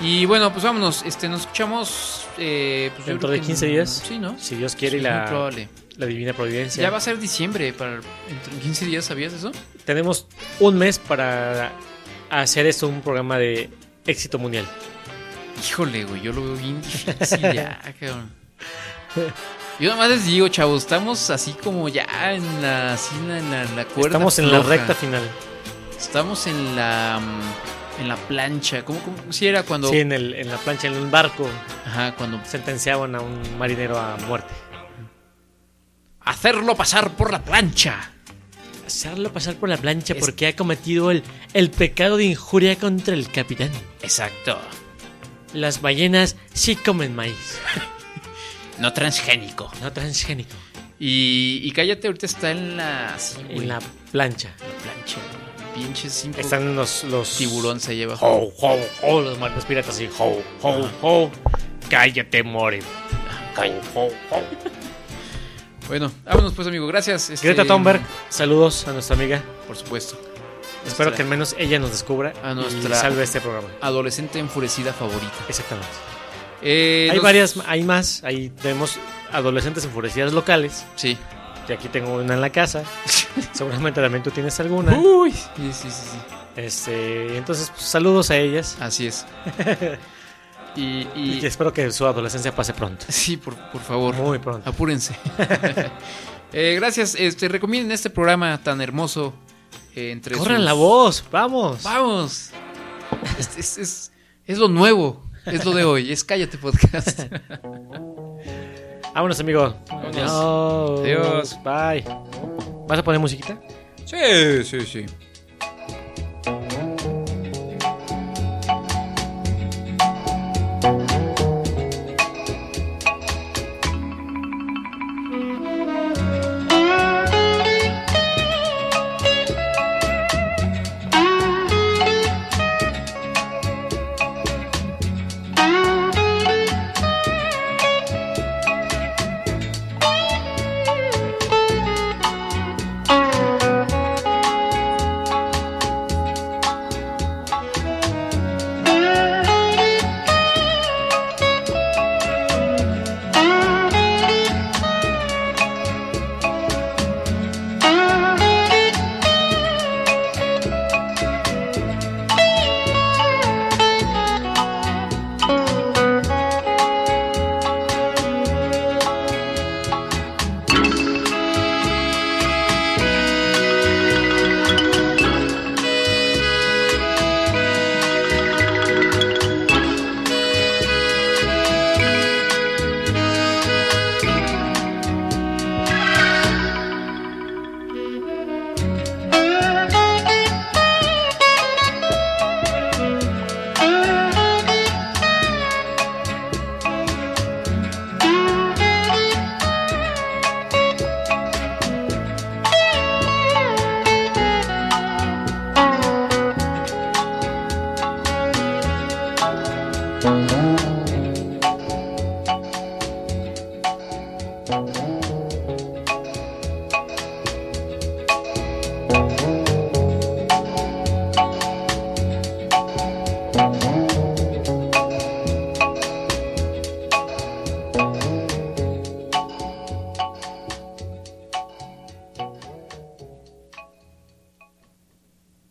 S1: Y bueno, pues vámonos. Este, nos escuchamos. eh, pues yo
S3: Dentro
S1: creo
S3: de
S1: que
S3: 15
S1: en-
S3: días.
S1: Sí, ¿no?
S3: Si Dios quiere
S1: Sí,
S3: y
S1: es muy
S3: la,
S1: probable.
S3: la divina providencia.
S1: Ya va a ser diciembre. Para, dentro de 15 días, ¿sabías eso?
S3: Tenemos un mes para hacer esto un programa de éxito mundial.
S1: Híjole, güey, yo lo veo bien difícil ya, [laughs] cabrón. Yo nada más les digo, chavos, estamos así como ya en la, así en la, en la- en la cuerda.
S3: Estamos en la
S1: floja.
S3: recta final.
S1: Estamos en la mm, en la plancha. ¿Cómo, cómo? Sí, era cuando,
S3: Sí, en, el- en la plancha, en un barco,
S1: ajá, cuando
S3: sentenciaban a un marinero a muerte.
S1: hacerlo pasar por la plancha.
S9: hacerlo pasar por la plancha porque ha cometido el, el pecado de injuria contra el capitán.
S5: Exacto.
S9: Las ballenas sí comen maíz.
S5: No transgénico.
S9: No transgénico.
S1: Y, y cállate, ahorita está en la. sí, güey,
S9: En la plancha.
S1: plancha. Pinches cinco.
S3: Están los, los.
S1: Tiburón se lleva.
S3: Ho, ho, ho, los marcos piratas así. Ho, ho, ho. Cállate, Morin. Ho, ho, ho.
S1: Bueno, vámonos pues, amigo. Gracias. este,
S3: Greta Thunberg, saludos a nuestra amiga.
S1: Por supuesto.
S3: Espero
S1: Nuestra
S3: que al menos ella nos descubra
S1: A
S3: y
S1: nuestra-
S3: salve este programa.
S1: Adolescente enfurecida favorita.
S3: Exactamente.
S1: Eh,
S3: hay
S1: nos-
S3: varias, hay más. Ahí tenemos adolescentes enfurecidas locales.
S1: Sí.
S3: Y aquí tengo una en la casa. [laughs] Seguramente también tú tienes alguna.
S1: Uy. Sí, sí, sí, sí.
S3: Este, entonces, pues, saludos a ellas.
S1: Así
S3: [laughs]
S1: es. Y, y-
S3: Y espero que su adolescencia pase pronto.
S1: [laughs] sí, por, por favor,
S3: Muy pronto. [laughs]
S1: apúrense. [laughs] Eh, gracias. Este, recomienden este programa tan hermoso. eh, entre
S3: Corran
S1: sus-
S3: la voz, vamos.
S1: Vamos. Es, es- es- es lo nuevo. Es lo de hoy. Es Cállate
S3: [laughs]
S1: Podcast.
S3: Vámonos, amigo.
S1: Vámonos.
S3: Adiós. Bye. ¿Vas a poner musiquita?
S1: sí, sí, sí.
S10: Thank you.